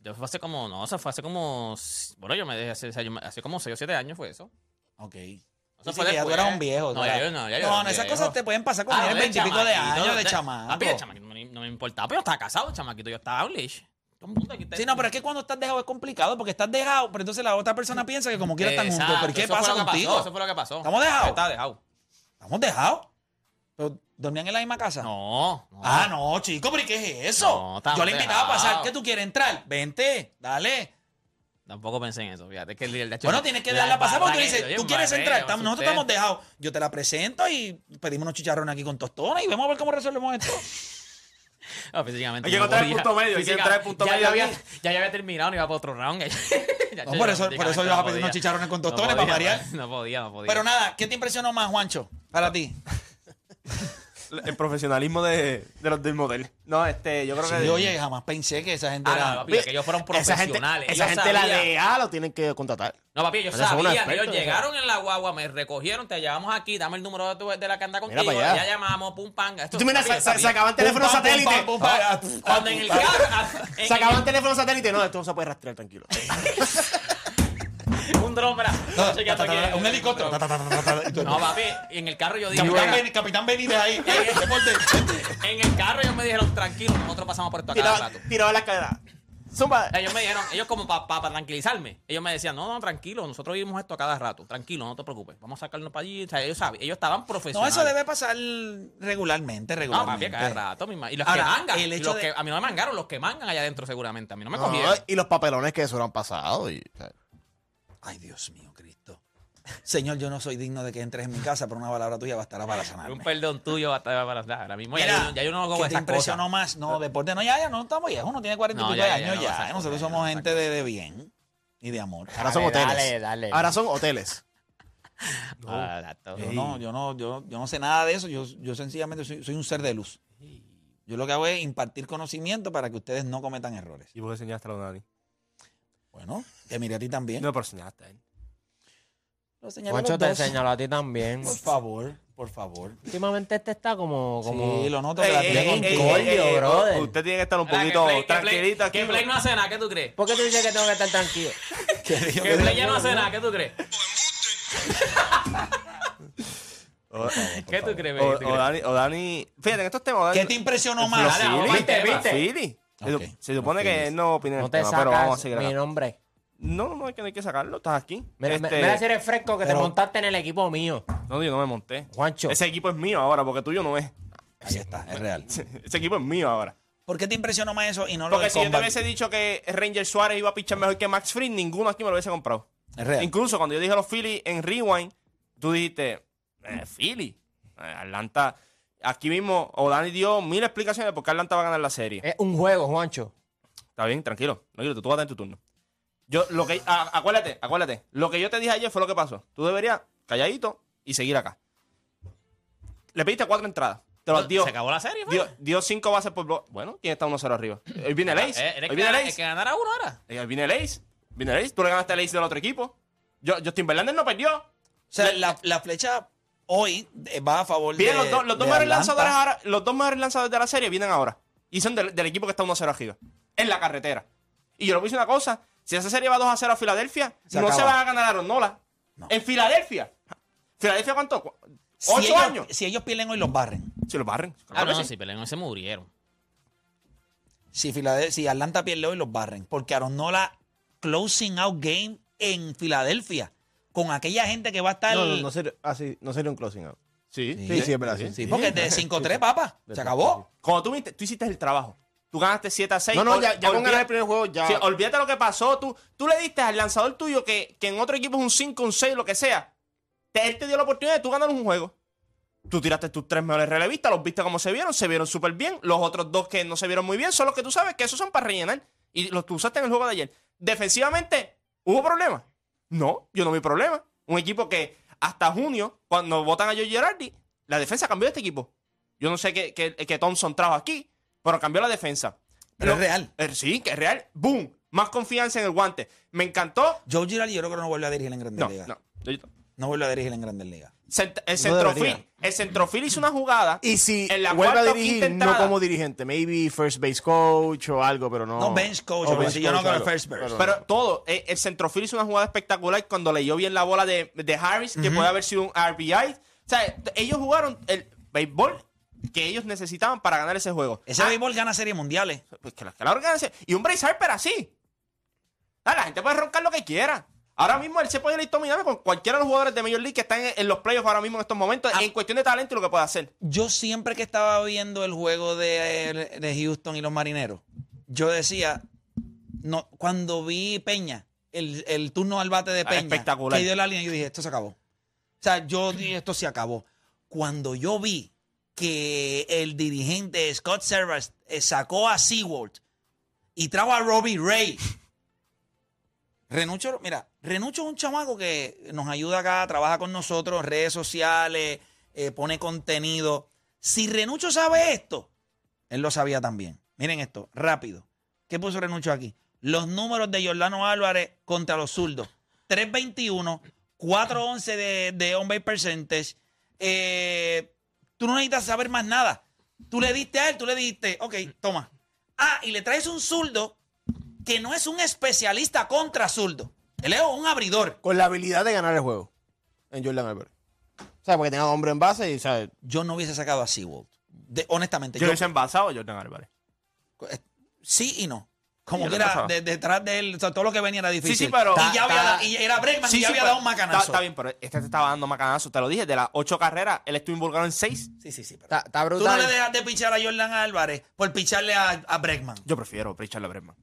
S3: Yo fue hace como. No, eso fue hace como. Bueno, yo me dejé hace, hace- hace como 6 o 7 años fue eso.
S2: Ok.
S3: Eso
S2: Sí,
S3: fue
S2: que ya tú
S3: después.
S2: eras un viejo. tú
S3: No, ya
S2: eras-
S3: yo no, ya yo
S2: no,
S3: era
S2: no,
S3: un
S2: esas
S3: viejo.
S2: cosas te pueden pasar cuando
S3: Ah,
S2: tienes
S3: no,
S2: veintipico de
S3: chamaquito,
S2: años, de
S3: no,
S2: chamaco.
S3: papi, de chamaquito, no, me- no me importaba, pero yo estaba casado, chamaquito. Yo estaba Unleash.
S2: Sí, no, pero es que cuando estás dejado es complicado porque estás dejado, pero entonces la otra persona piensa que como quiera están juntos. ¿Pero qué pasa contigo?
S3: Eso fue lo que pasó.
S2: ¿Estamos dejados?
S3: Estaba dejado.
S2: ¿Estamos dejados? ¿Pero dormían en la misma casa?
S3: No, no.
S2: Ah, no, chico, pero ¿y qué es
S3: No,
S2: eso?
S3: estamos
S2: Yo le invitaba a pasar.
S3: dejados.
S2: ¿Qué tú quieres entrar? Vente, dale.
S3: Tampoco pensé en eso, fíjate. es Que el, el-
S2: Bueno, tienes que darla pasar porque tú le dices, tú quieres entrar. Estamos- nosotros estamos dejados. Yo te la presento y pedimos unos chicharrones aquí con tostones y vemos a ver cómo resolvemos esto.
S3: No, físicamente.
S4: Hay que
S3: no
S4: encontrar el
S3: podía.
S4: punto medio, hay que
S3: Física-
S4: encontrar el punto
S3: ya
S4: medio
S3: yo
S4: aquí.
S3: había- Ya yo había terminado, no iba para otro round. Ya
S2: No,
S3: yo
S2: por eso, por
S3: físicamente
S2: eso yo
S3: no
S2: vas a pedir
S3: podía.
S2: unos chicharrones con
S3: No
S2: tostones
S3: podía, pues,
S2: para variar.
S3: No podía, no podía.
S2: Pero nada, ¿qué te impresionó más, Juancho? Para ti.
S4: El profesionalismo de, de los del motel. No, este, yo creo que.
S2: Sí, oye, jamás pensé que esa gente
S3: Ah,
S2: era.
S3: no, papi, que ellos fueron
S9: Esa gente,
S3: profesionales.
S9: esa
S3: ellos
S9: gente la
S3: sabían.
S9: de A lo tienen que contratar.
S3: No, papi, ellos
S9: Ellos son unos
S3: sabían. Ellos
S9: expertos, ellos
S3: llegaron en la guagua, me recogieron, te llevamos aquí, dame el número de, tu, de la que anda contigo.
S9: para allá.
S3: Ya llamamos, pum, pam. Esto,
S9: Tú miras,
S3: papi,
S9: sa- sa-
S3: papi,
S9: sacaban teléfono
S2: Pum, pam,
S9: satélite.
S2: pum, pam, pum, pam.
S3: Cuando en el carro. ah, en-
S9: Sacaban teléfono satélite. No, esto no se puede rastrear, tranquilo.
S3: Un dron, mira.
S2: Ta, ta,
S3: Chequeando
S2: ta, ta,
S3: aquí.
S2: ta, Un helicóptero. Ta, ta, ta, ta, ta, ta, y tú-
S3: No, papi, en el carro yo dije.
S2: Capitán
S3: mira,
S2: Benítez, Capitán Benítez ahí.
S3: eh,
S2: Deporte.
S3: En el carro ellos me dijeron, tranquilo, nosotros pasamos por esto a cada
S9: Tiraba,
S3: rato.
S9: tiraba la cadera. Zumba.
S3: Ellos me dijeron, ellos como para tranquilizarme, ellos me decían, no, no, tranquilo, nosotros vivimos esto a cada rato, tranquilo, no te preocupes, vamos a sacarnos para allí. O sea, ellos saben, ellos estaban
S2: No,
S3: profesionales.
S2: eso debe pasar regularmente,
S3: No, papi, a
S2: regularmente.
S3: cada rato, mi ma- Y los
S2: Ah, eh. Ahora,
S3: que mangan,
S2: el
S3: y
S2: hecho
S3: los
S2: de-
S3: que, a mí no me mangaron, los que mangan allá adentro seguramente, a mí no
S4: Ah,
S3: me
S4: pues
S9: No,
S3: cogieron.
S9: y los papelones que eso lo han pasado. y-
S2: Ay, Dios mío, Cristo. Señor, yo no soy digno de que entres en mi casa, pero una palabra tuya bastará para
S3: Un
S2: sanarme.
S3: perdón tuyo hasta para nada, ahora mismo. ya,
S2: Mira,
S3: yo, ya yo no hago
S2: ¿qué te
S3: esas cosas.
S2: impresionó más? No, deporte no, ya, ya no estamos viejos, uno tiene cuarenta y
S3: No,
S2: pico
S3: ya,
S2: de
S3: ya, ya,
S2: años
S3: no,
S2: ya.
S3: esas
S2: Nosotros
S3: cosas, ya,
S2: somos
S3: no,
S2: gente de, de bien y de amor.
S9: Ahora son
S8: Dale,
S9: hoteles.
S8: dale, dale.
S9: Ahora son hoteles.
S3: Ah, exacto.
S2: Yo no, yo no, yo, yo no sé nada de eso. Yo, yo sencillamente soy, soy un ser de luz. Yo lo que hago es impartir conocimiento para que ustedes no cometan errores.
S4: ¿Y por qué señalaste a la Nani?
S2: Bueno, te miré a ti también.
S4: No, pero señalaste a él.
S2: Lo señalé a los
S8: Juancho te
S2: dos.
S8: señaló a ti también.
S2: Por favor, por favor.
S8: Últimamente este está como... como...
S2: Sí, lo noto que
S4: Ey,
S2: la
S4: ey,
S2: tiene
S4: ey,
S2: con
S4: ey,
S2: todo.
S8: cordio,
S4: ey, ey,
S8: brother.
S4: Usted tiene que estar un
S3: Mira, que
S4: poquito
S3: Play- que Play-
S4: tranquilito aquí.
S3: Que Play no hace nada, ¿qué tú crees?
S8: ¿Por qué tú dices que tengo que estar tranquilo?
S3: Que Play ya no hace nada, ¿qué tú crees? ¿Qué tú crees,
S4: O,
S3: baby? ¿Tú
S4: o
S3: crees?
S4: Dani, o Dani. Fíjate en estos temas. Dani,
S2: ¿Qué te impresionó
S4: los
S2: más?
S3: Dale, vamos,
S4: Phillies,
S3: viste,
S4: los
S3: viste.
S4: Phillies. Se
S2: Ok,
S4: su- Se supone que él no opina
S8: No
S4: el
S8: te
S4: tema, pero vamos a
S8: sacas
S4: seguir
S8: mi
S4: acá.
S8: nombre.
S4: No, no, no, es que no hay que sacarlo. Estás aquí.
S8: Mira,
S4: Este,
S8: mira si eres fresco que
S2: pero-
S8: te montaste en el equipo mío.
S4: No, yo no me monté.
S8: Juancho.
S4: Ese equipo es mío ahora, porque tuyo no es.
S2: Ahí está, es real.
S4: Ese equipo es mío ahora.
S2: ¿Por qué te impresionó más eso y no lo
S4: Porque
S2: del
S4: si yo te
S2: combat?
S4: hubiese dicho que Ranger Suárez iba a pichar mejor que Max Fried, ninguno aquí me lo hubiese comprado.
S2: Es real.
S4: Incluso cuando yo dije a los Phillies en Rewind, tú dijiste, eh, Philly, eh, Atlanta. Aquí mismo, o Dani dio mil explicaciones de por qué Atlanta va a ganar la serie.
S3: Eh.
S8: Es un juego, Juancho.
S4: Está bien, tranquilo. tranquilo, tú vas a tener tu turno. Yo, lo que, a- acuérdate, acuérdate. Lo que yo te dije ayer fue lo que pasó. Tú deberías, calladito, y seguir acá. Le pediste cuatro entradas. Te las dio.
S3: Ah, Se acabó la serie, fue. Eh,
S4: Dio, dio cinco bases por bloque. Bueno, ¿quién está 1-0 arriba? Hoy viene el
S3: Eh,
S4: ace.
S3: eres
S4: Hoy
S3: que,
S4: viene el
S3: ganar- que
S4: ace.
S3: ganara uno ahora.
S4: Hoy viene el ace. Viene el ace. Tú le ganaste el ace del otro equipo. Yo, Justin Verlander no perdió.
S2: O sea, la, la flecha hoy eh, va a favor de.
S4: Vienen los, dos- los dos
S2: de
S4: mejores
S2: Atlanta.
S4: lanzadores ahora, los dos mejores lanzadores de la serie vienen ahora. Y son del, del equipo que está 1-0 arriba. En la carretera. Y yo le voy a decir una cosa: si esa serie va 2-0 a Filadelfia,
S2: Se
S4: no se
S2: acaba.
S4: va a ganar Aaron Nola. En Filadelfia. ¿Filadelfia cuánto? Cu-
S2: Si
S4: ¿Ocho
S2: ellos-
S4: años?
S2: Si ellos pierden hoy, los barren.
S4: Si lo barren.
S3: Ah,
S4: Claro
S3: no,
S4: que
S3: sí,
S4: pues sí.
S3: pero no se murieron.
S2: Si, Filade- si Atlanta pierde hoy, los barren. Porque Aaron Nola, closing out game en Filadelfia. Con aquella gente que va a estar.
S9: No, no, no sería, así, no sería un closing out.
S4: Sí.
S9: Sí, sí, es verdad. sí.
S2: Sí, porque es de 5-3, papá. Se acabó.
S4: Cuando tú, viniste- tú hiciste el trabajo. Tú ganaste 7 a 6.
S9: No, no, ya, ya con ganar el primer juego, ya.
S4: Sí, olvídate lo que pasó. Tú, tú le diste al lanzador tuyo que, que en otro equipo es un 5, un 6, lo que sea. Te- él te dio la oportunidad de tú ganar un juego.
S8: Tú tiraste tus tres mejores relevistas, los viste como se vieron, se vieron súper bien. Los otros dos que no se vieron muy bien son los que tú sabes que esos son para rellenar. Y los que usaste en el juego de ayer. Defensivamente, ¿hubo problemas? No, yo no vi problema. Un equipo que hasta junio, cuando votan a Joe Girardi, la defensa cambió de este equipo. Yo no sé qué, qué- qué Thompson trajo aquí, pero cambió la defensa.
S2: Pero
S8: Lo-
S2: es real.
S8: eh, sí, que es real. ¡Boom! Más confianza en el guante. Me encantó.
S2: Joe Girardi yo creo que no vuelve a dirigir en Grandes
S8: No,
S2: Ligas.
S8: no.
S2: No. vuelve a dirigir en Grandes Ligas.
S8: Cent-
S4: debería.
S8: el, centrofil, el centrofil hizo una jugada.
S4: Y si
S8: en la
S4: vuelve a
S8: cuarta o quinta
S4: dirigir, no
S8: entrada-
S4: como dirigente, maybe first base coach o algo, pero no.
S2: No, bench coach,
S4: O
S2: algo
S4: bench
S2: así, yo no
S4: coach,
S2: creo
S4: algo.
S2: first base.
S4: Pero-
S8: Pero todo, eh, el centrofil hizo una jugada espectacular cuando leyó bien la bola de, de Harris, que puede haber sido un RBI. O sea, t- ellos jugaron el béisbol que ellos necesitaban para ganar ese juego.
S2: Ese
S8: Ah,
S2: béisbol gana series mundiales.
S8: pues que la, que la organice. Y un Bryce Harper así. Ah, la gente puede roncar lo que quiera. Ahora mismo él se puede ir dominando con cualquiera de los jugadores de Major League que están en, en los playoffs ahora mismo en estos momentos,
S2: Ah.
S8: en cuestión de talento y lo que puede hacer.
S2: Yo siempre que estaba viendo el juego de, de Houston y los marineros, yo decía, no, cuando vi Peña, el, el turno al bate de
S8: Ah,
S2: Peña,
S8: espectacular.
S2: que dio la línea, yo dije, esto se acabó. O sea, yo dije, esto se acabó. Cuando yo vi que el dirigente Scott Servas eh, sacó a SeaWorld y trajo a Robbie Ray. Renucho, mira, Renucho es un chamaco que nos ayuda acá, trabaja con nosotros, redes sociales, eh, pone contenido. Si Renucho sabe esto, él lo sabía también. Miren esto, rápido. ¿Qué puso Renucho aquí? Los números de Jordano Álvarez contra los zurdos. 321, 411 de, de on base percentage. Eh, tú no necesitas saber más nada. Tú le diste a él, tú le dijiste, ok, toma. Ah, y le traes un zurdo que no es un especialista contra zurdo. Él es un abridor.
S4: Con la habilidad de ganar el juego en Jordan Álvarez. O sea, porque tenga hombre en base y, ¿sabes?
S2: Yo no hubiese sacado a Seawold. De- honestamente,
S8: Yo
S2: yo, eh,
S8: lo hice envasado, Jordan Álvarez.
S2: sí y no. Como
S8: Yo
S2: que
S8: lo
S2: era
S8: pasaba.
S2: de- detrás de él, o sea, todo lo que venía era difícil.
S8: Sí, sí, pero-
S2: Y ya había,
S8: Ta-
S2: da- y era Bregman, y ya había
S8: pero-
S2: dado un macanazo.
S8: Está, está bien, pero este te estaba dando macanazo, te lo dije. De las ocho carreras, él estuvo involucrado en seis.
S2: Sí, sí, sí. pero-
S7: Está, está
S2: Tú no
S7: brutal.
S2: le dejas de pichar a Jordan Álvarez por picharle a, a Bregman.
S8: Yo prefiero Richard Lebresman.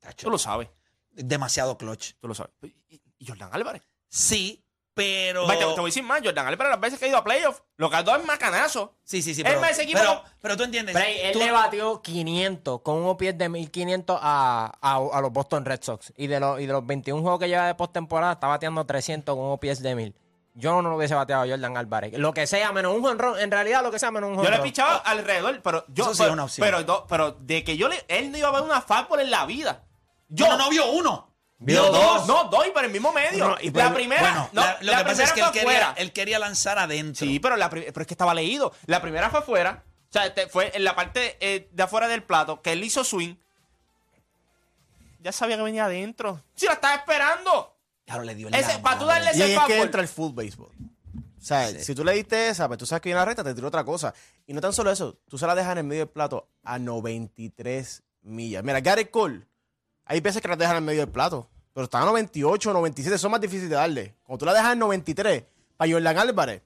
S2: Tacho,
S8: Tú lo sabes,
S2: Demasiado clutch.
S8: tú lo sabes. Y, y Jordan Álvarez.
S2: Sí, pero.
S8: Vaya, Te, te voy a decir más, Jordan Álvarez las veces que ha ido a playoffs, lo que ha dado es macanazo.
S2: Sí, sí, sí.
S8: Es
S2: Pero,
S8: más, ese equipo
S2: pero,
S8: no-
S2: pero tú entiendes.
S7: Pero
S8: eh,
S7: ahí, él
S2: Pues, tú-
S7: le batió 500 con un OPS de 1500 a, a, a los Boston Red Sox. Y de, los y de los 21 juegos que lleva de postemporada, está bateando 300 con un OPS de 1000. Yo no lo hubiese bateado a Jordan Álvarez. Lo que sea, menos un jonrón. En realidad, lo que sea, menos un
S8: Yo
S7: jonrón.
S8: le he pichado alrededor, pero yo.
S2: Eso sí
S8: pero,
S2: es una opción.
S8: Pero, do- pero de que yo le. Él no iba a ver una fastball en la vida. Yo.
S2: Yo no, no vio uno.
S8: Vio dos. No, dos, y por el mismo medio.
S4: No, y por
S8: la
S4: el-
S8: primera.
S2: Bueno,
S8: no,
S2: la- pues, lo
S8: la
S2: que pasa es
S8: primera
S2: que él
S8: fue
S2: quería,
S8: afuera.
S2: él quería lanzar adentro.
S8: Sí, pero, la pri- pero es que estaba leído. La primera fue afuera. O sea, este, fue en la parte eh, de afuera del plato que él hizo swing. Ya sabía que venía adentro. Sí, la estaba esperando.
S2: Claro, le dio el
S8: Ese-
S2: lama,
S8: para tú
S4: Y
S8: darle ese
S4: ahí es que
S8: fastball.
S4: entra el full baseball. O sea, si tú le diste esa, pues tú sabes que viene la recta, te tiró otra cosa. Y no tan solo eso, tú se la dejas en el medio del plato a 93 millas. Mira, Garrett Cole, hay veces que la dejan en el medio del plato, pero está a 98, 97, son más difíciles de darle. Cuando tú la dejas en 93, para Jordan Álvarez,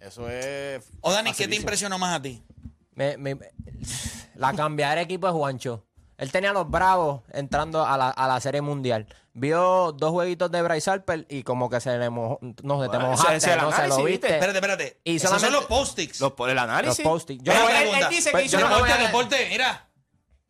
S4: eso es.
S2: O Oh, Dani, ¿qué te
S4: facilísimo.
S2: impresionó más a ti?
S7: Eh, Me- me- la cambiar de equipo de Juancho. Él tenía a los bravos entrando a la, a la serie mundial. Vio dos jueguitos de Bryce Harper y como que se le mojó. No sé, te
S8: Bueno,
S7: mojaste,
S8: ese es el
S7: no se lo
S8: análisis,
S7: viste.
S8: ¿viste?
S2: Espérate, espérate.
S7: Y
S2: Esos son
S7: solamente-
S2: los post-its.
S8: Los, por el análisis.
S7: Los post-it. Yo
S8: Pero
S7: no
S8: él,
S7: voy a
S8: él
S7: preguntar.
S8: dice que
S7: Pues
S8: hizo
S7: yo no
S8: una
S7: voy a-
S2: Deporte,
S8: jugada-
S2: deporte, mira.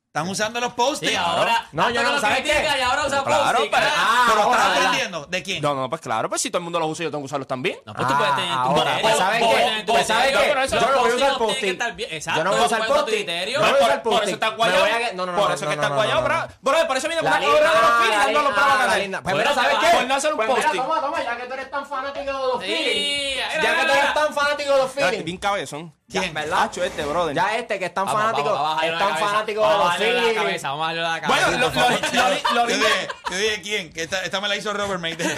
S2: Están usando los post-its.
S3: Sí, ahora.
S7: No, yo
S3: antes
S7: no,
S3: lo
S7: ¿sabes qué?
S3: critican Y ahora usa
S8: Claro,
S3: post-it,
S8: pero-
S3: cara.
S2: pero ah,
S7: ahora,
S2: estás
S7: ¿verdad?
S2: aprendiendo. ¿De quién?
S8: No, no, pues claro, pues si todo el mundo los usa, yo tengo que usarlos también.
S3: No, pues tú puedes tener
S7: Ah,
S3: tu
S7: ahora,
S3: criterio.
S7: pues, ¿sabes
S3: Vos-
S7: qué?
S3: vos-
S7: Pues, ¿sabes
S3: no,
S7: qué?
S3: pero eso-
S7: Yo no
S3: los
S7: voy a usar
S3: post-it no tienen que
S7: post-it.
S3: estar bien.
S7: Yo no voy a usar
S3: Exacto,
S7: post-it.
S3: criterio.
S7: Yo no voy a
S8: por,
S7: usar
S8: por
S7: post-it.
S8: eso está
S7: Me
S8: guayado.
S7: voy a que- no, no, no,
S8: por
S7: no, no,
S8: eso es que
S7: no,
S8: está
S7: no,
S8: guayado,
S7: no, no.
S8: bro. Bro, por eso viene con
S7: La
S8: una obra de los Phillies dando los
S7: linda,
S8: bravos a
S7: la
S8: nadie.
S7: linda. Pues
S8: Por
S7: mira,
S8: eso-
S7: ¿sabes
S8: Por
S7: qué?
S8: no hacer un
S7: Pues mira,
S8: posting.
S7: toma, toma, ya que tú eres tan fanático de los
S3: Sí,
S7: Phillies.
S3: mira,
S7: Ya
S3: mira,
S7: que tú eres
S3: mira.
S7: tan fanático de los
S8: Espérate,
S7: Phillies.
S8: Bien cabezón.
S2: ¿Quién?
S7: ¿Verdad?
S8: Hacho este, brother.
S7: Ya este que es tan
S3: Vamos,
S7: fanático,
S3: vamos, vamos a
S7: es
S3: bajarle la
S7: tan
S3: cabeza.
S7: fanático de
S3: Vamos a
S7: los
S3: bajarle la
S7: Phillies.
S3: cabeza, vamos a bajarle la cabeza.
S8: Bueno, lo, lo- lo- lo
S2: Yo
S8: lindo,
S2: dije, yo dije, ¿quién? Que esta, esta me la hizo Robert Maiden.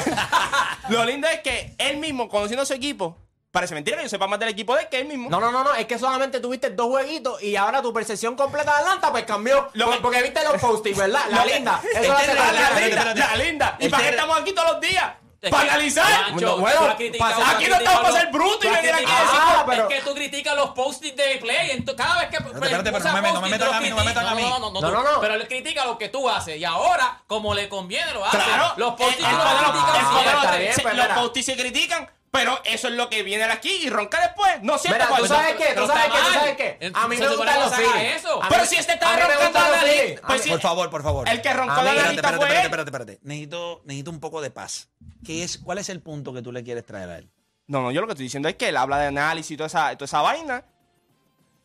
S8: lo lindo es que él mismo, conociendo a su equipo, parece mentira que yo sepa más del equipo de él que él mismo.
S7: No, no, no, no, es que solamente tuviste dos jueguitos y ahora tu percepción completa de Atlanta pues cambió.
S8: Lo
S7: Por-
S8: que-
S7: porque viste los postings, ¿verdad? La
S8: Lo-
S7: linda.
S8: Este
S7: Eso lo hace Ah,
S8: es la,
S7: la
S8: la
S2: espérate,
S8: linda,
S2: espérate.
S8: la linda. ¿Y
S2: Este
S8: para qué
S2: era-
S8: estamos aquí todos los días?
S3: Es
S8: ¿Para
S3: que-
S8: analizar?
S3: Pancho,
S7: Bueno,
S3: tú has criticado,
S7: pasa-
S3: tú has
S8: Aquí no estamos
S3: criticado
S8: para
S3: los-
S8: ser brutos
S3: tú
S8: y
S3: has
S8: venir aquí a
S3: criticado-
S7: decir- Ah, pero-
S3: Es que tú criticas los post-it de play. ento- cada vez que.
S2: espérate, pero
S3: usas
S2: no me- no me
S3: post-it,
S2: metan
S3: los
S2: a mí, no me metan
S3: critica-
S2: a mí.
S3: No, no, no.
S7: No,
S3: tú-
S7: no, no.
S3: Pero él critica lo que tú haces. Y ahora, como le conviene, lo hace.
S8: Claro,
S3: Los post-it
S8: el- el
S3: no lo
S8: poder-
S3: critican
S8: el poder-
S7: está
S3: siempre.
S7: bien,
S8: se-
S7: pues,
S8: los
S7: mira.
S8: post-it se critican, Pero eso es lo que viene de aquí y ronca después. No siempre
S10: Mira, tú
S8: cuando-
S10: sabes qué,
S3: Pero
S10: tú sabes
S3: está
S10: qué, tú
S3: mal.
S10: sabes qué. A mí
S3: Entonces,
S10: no me
S3: supone
S10: gustan
S3: que
S10: los
S3: no se haga
S10: feelings.
S3: eso.
S10: A mí-
S8: Pero si este
S10: a
S8: estaba
S10: mí me
S8: roncando
S10: gustan
S8: la
S10: los
S8: nariz.
S10: feelings.
S8: Pues sí,
S2: Por favor, por favor.
S8: El que roncó
S10: A mí-
S8: la
S2: Espérate,
S8: nariz
S2: espérate,
S8: fue
S2: espérate,
S8: él.
S2: espérate, espérate. Necesito, necesito un poco de paz. ¿Qué es, ¿Cuál es el punto que tú le quieres traer a él?
S8: No, no, yo lo que estoy diciendo es que él habla de análisis y toda esa, toda esa vaina.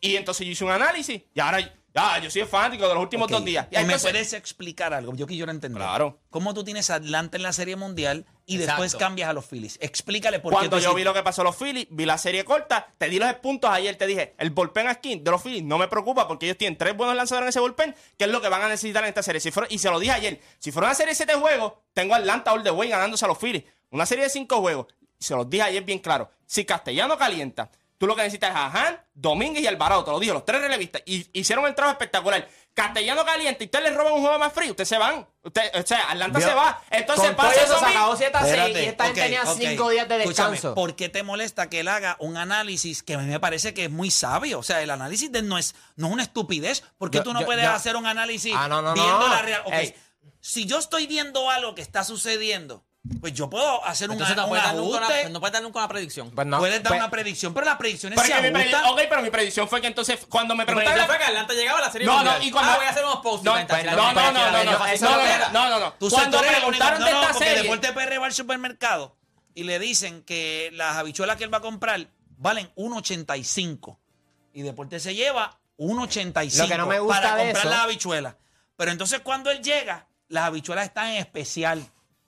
S8: Y entonces yo hice un análisis. Y ahora, ya, yo soy fanático de los últimos
S2: Ok,
S8: dos días. Y
S2: ¿Me
S8: entonces-
S2: puedes explicar algo? Yo quiero entender.
S8: Claro.
S2: ¿Cómo tú tienes a Atlanta en la Serie Mundial y
S3: Exacto.
S2: después cambias a los Phillies? Explícale por qué
S8: Cuando
S2: tú
S8: yo
S2: hiciste-
S8: vi lo que pasó a los Phillies, vi la serie corta, te di los puntos ayer, te dije, el bullpen skin de los Phillies no me preocupa porque ellos tienen tres buenos lanzadores en ese bullpen, que es lo que van a necesitar en esta serie. Si fuera- y se lo dije ayer, si fuera una serie de siete juegos, tengo a Atlanta all the way ganándose a los Phillies. Una serie de cinco juegos, se los dije ayer bien claro. Si Castellano calienta, tú lo que necesitas es a Han, Domínguez y Alvarado, te lo dije, los tres relevistas, y hicieron el trabajo espectacular. Castellano calienta y ustedes les roban un juego más frío, ustedes se van. Usted, o sea, Atlanta
S4: Mira,
S8: se va. Entonces
S10: Con todo
S8: pasa
S10: eso
S8: eso
S10: se
S8: mismo.
S10: acabó 7 a 6
S2: Espérate,
S10: y esta gente
S2: ok,
S10: tenía
S2: ok.
S10: 5 días de
S2: Escúchame,
S10: descanso.
S2: ¿Por qué te molesta que él haga un análisis que a mí me parece que es muy sabio? O sea, el análisis de no es, no es una estupidez. ¿Por qué
S7: Yo-
S2: tú no
S7: yo-
S2: puedes
S7: yo-
S2: hacer un análisis
S7: Ah, no, no,
S2: viendo
S7: no.
S2: la real? Ok,
S7: Es-
S2: si yo estoy viendo algo que está sucediendo, pues yo puedo hacer un,
S3: Entonces
S2: a-
S3: no
S2: un
S3: puedes dar nunca
S2: ajuste.
S3: una, no puedes dar nunca una predicción.
S7: Pues no,
S2: puedes dar
S7: pues-
S2: una predicción, pero las predicciones
S8: Pero
S2: se
S8: es que mi predi-
S2: ajustan.
S8: ok, pero mi predicción fue que entonces cuando me
S3: Pero
S8: preguntaron...
S3: fue que Atlanta llegaba a la serie
S8: No,
S3: mundial.
S8: no, y cuando...
S3: Ah, voy a hacer unos posts.
S8: No,
S3: para
S8: pues,
S3: Instagram.
S8: no,
S3: Para
S8: no, no, no, no,
S3: que la
S8: no,
S3: gente-
S8: no,
S3: Eso
S8: no,
S3: era.
S8: no, no, no.
S2: Tú
S8: Cuando
S2: sabes, tú eres el
S8: preguntaron
S2: único-
S8: de
S2: no,
S8: esta
S2: porque
S8: serie...
S2: Deporte PR va al supermercado y le dicen que las habichuelas que él va a comprar valen 1.85 y Deporte se lleva 1.85
S10: Lo que no me gusta
S2: para
S10: de
S2: comprar
S10: eso-
S2: las habichuelas. Pero entonces cuando él llega, las habichuelas están en especial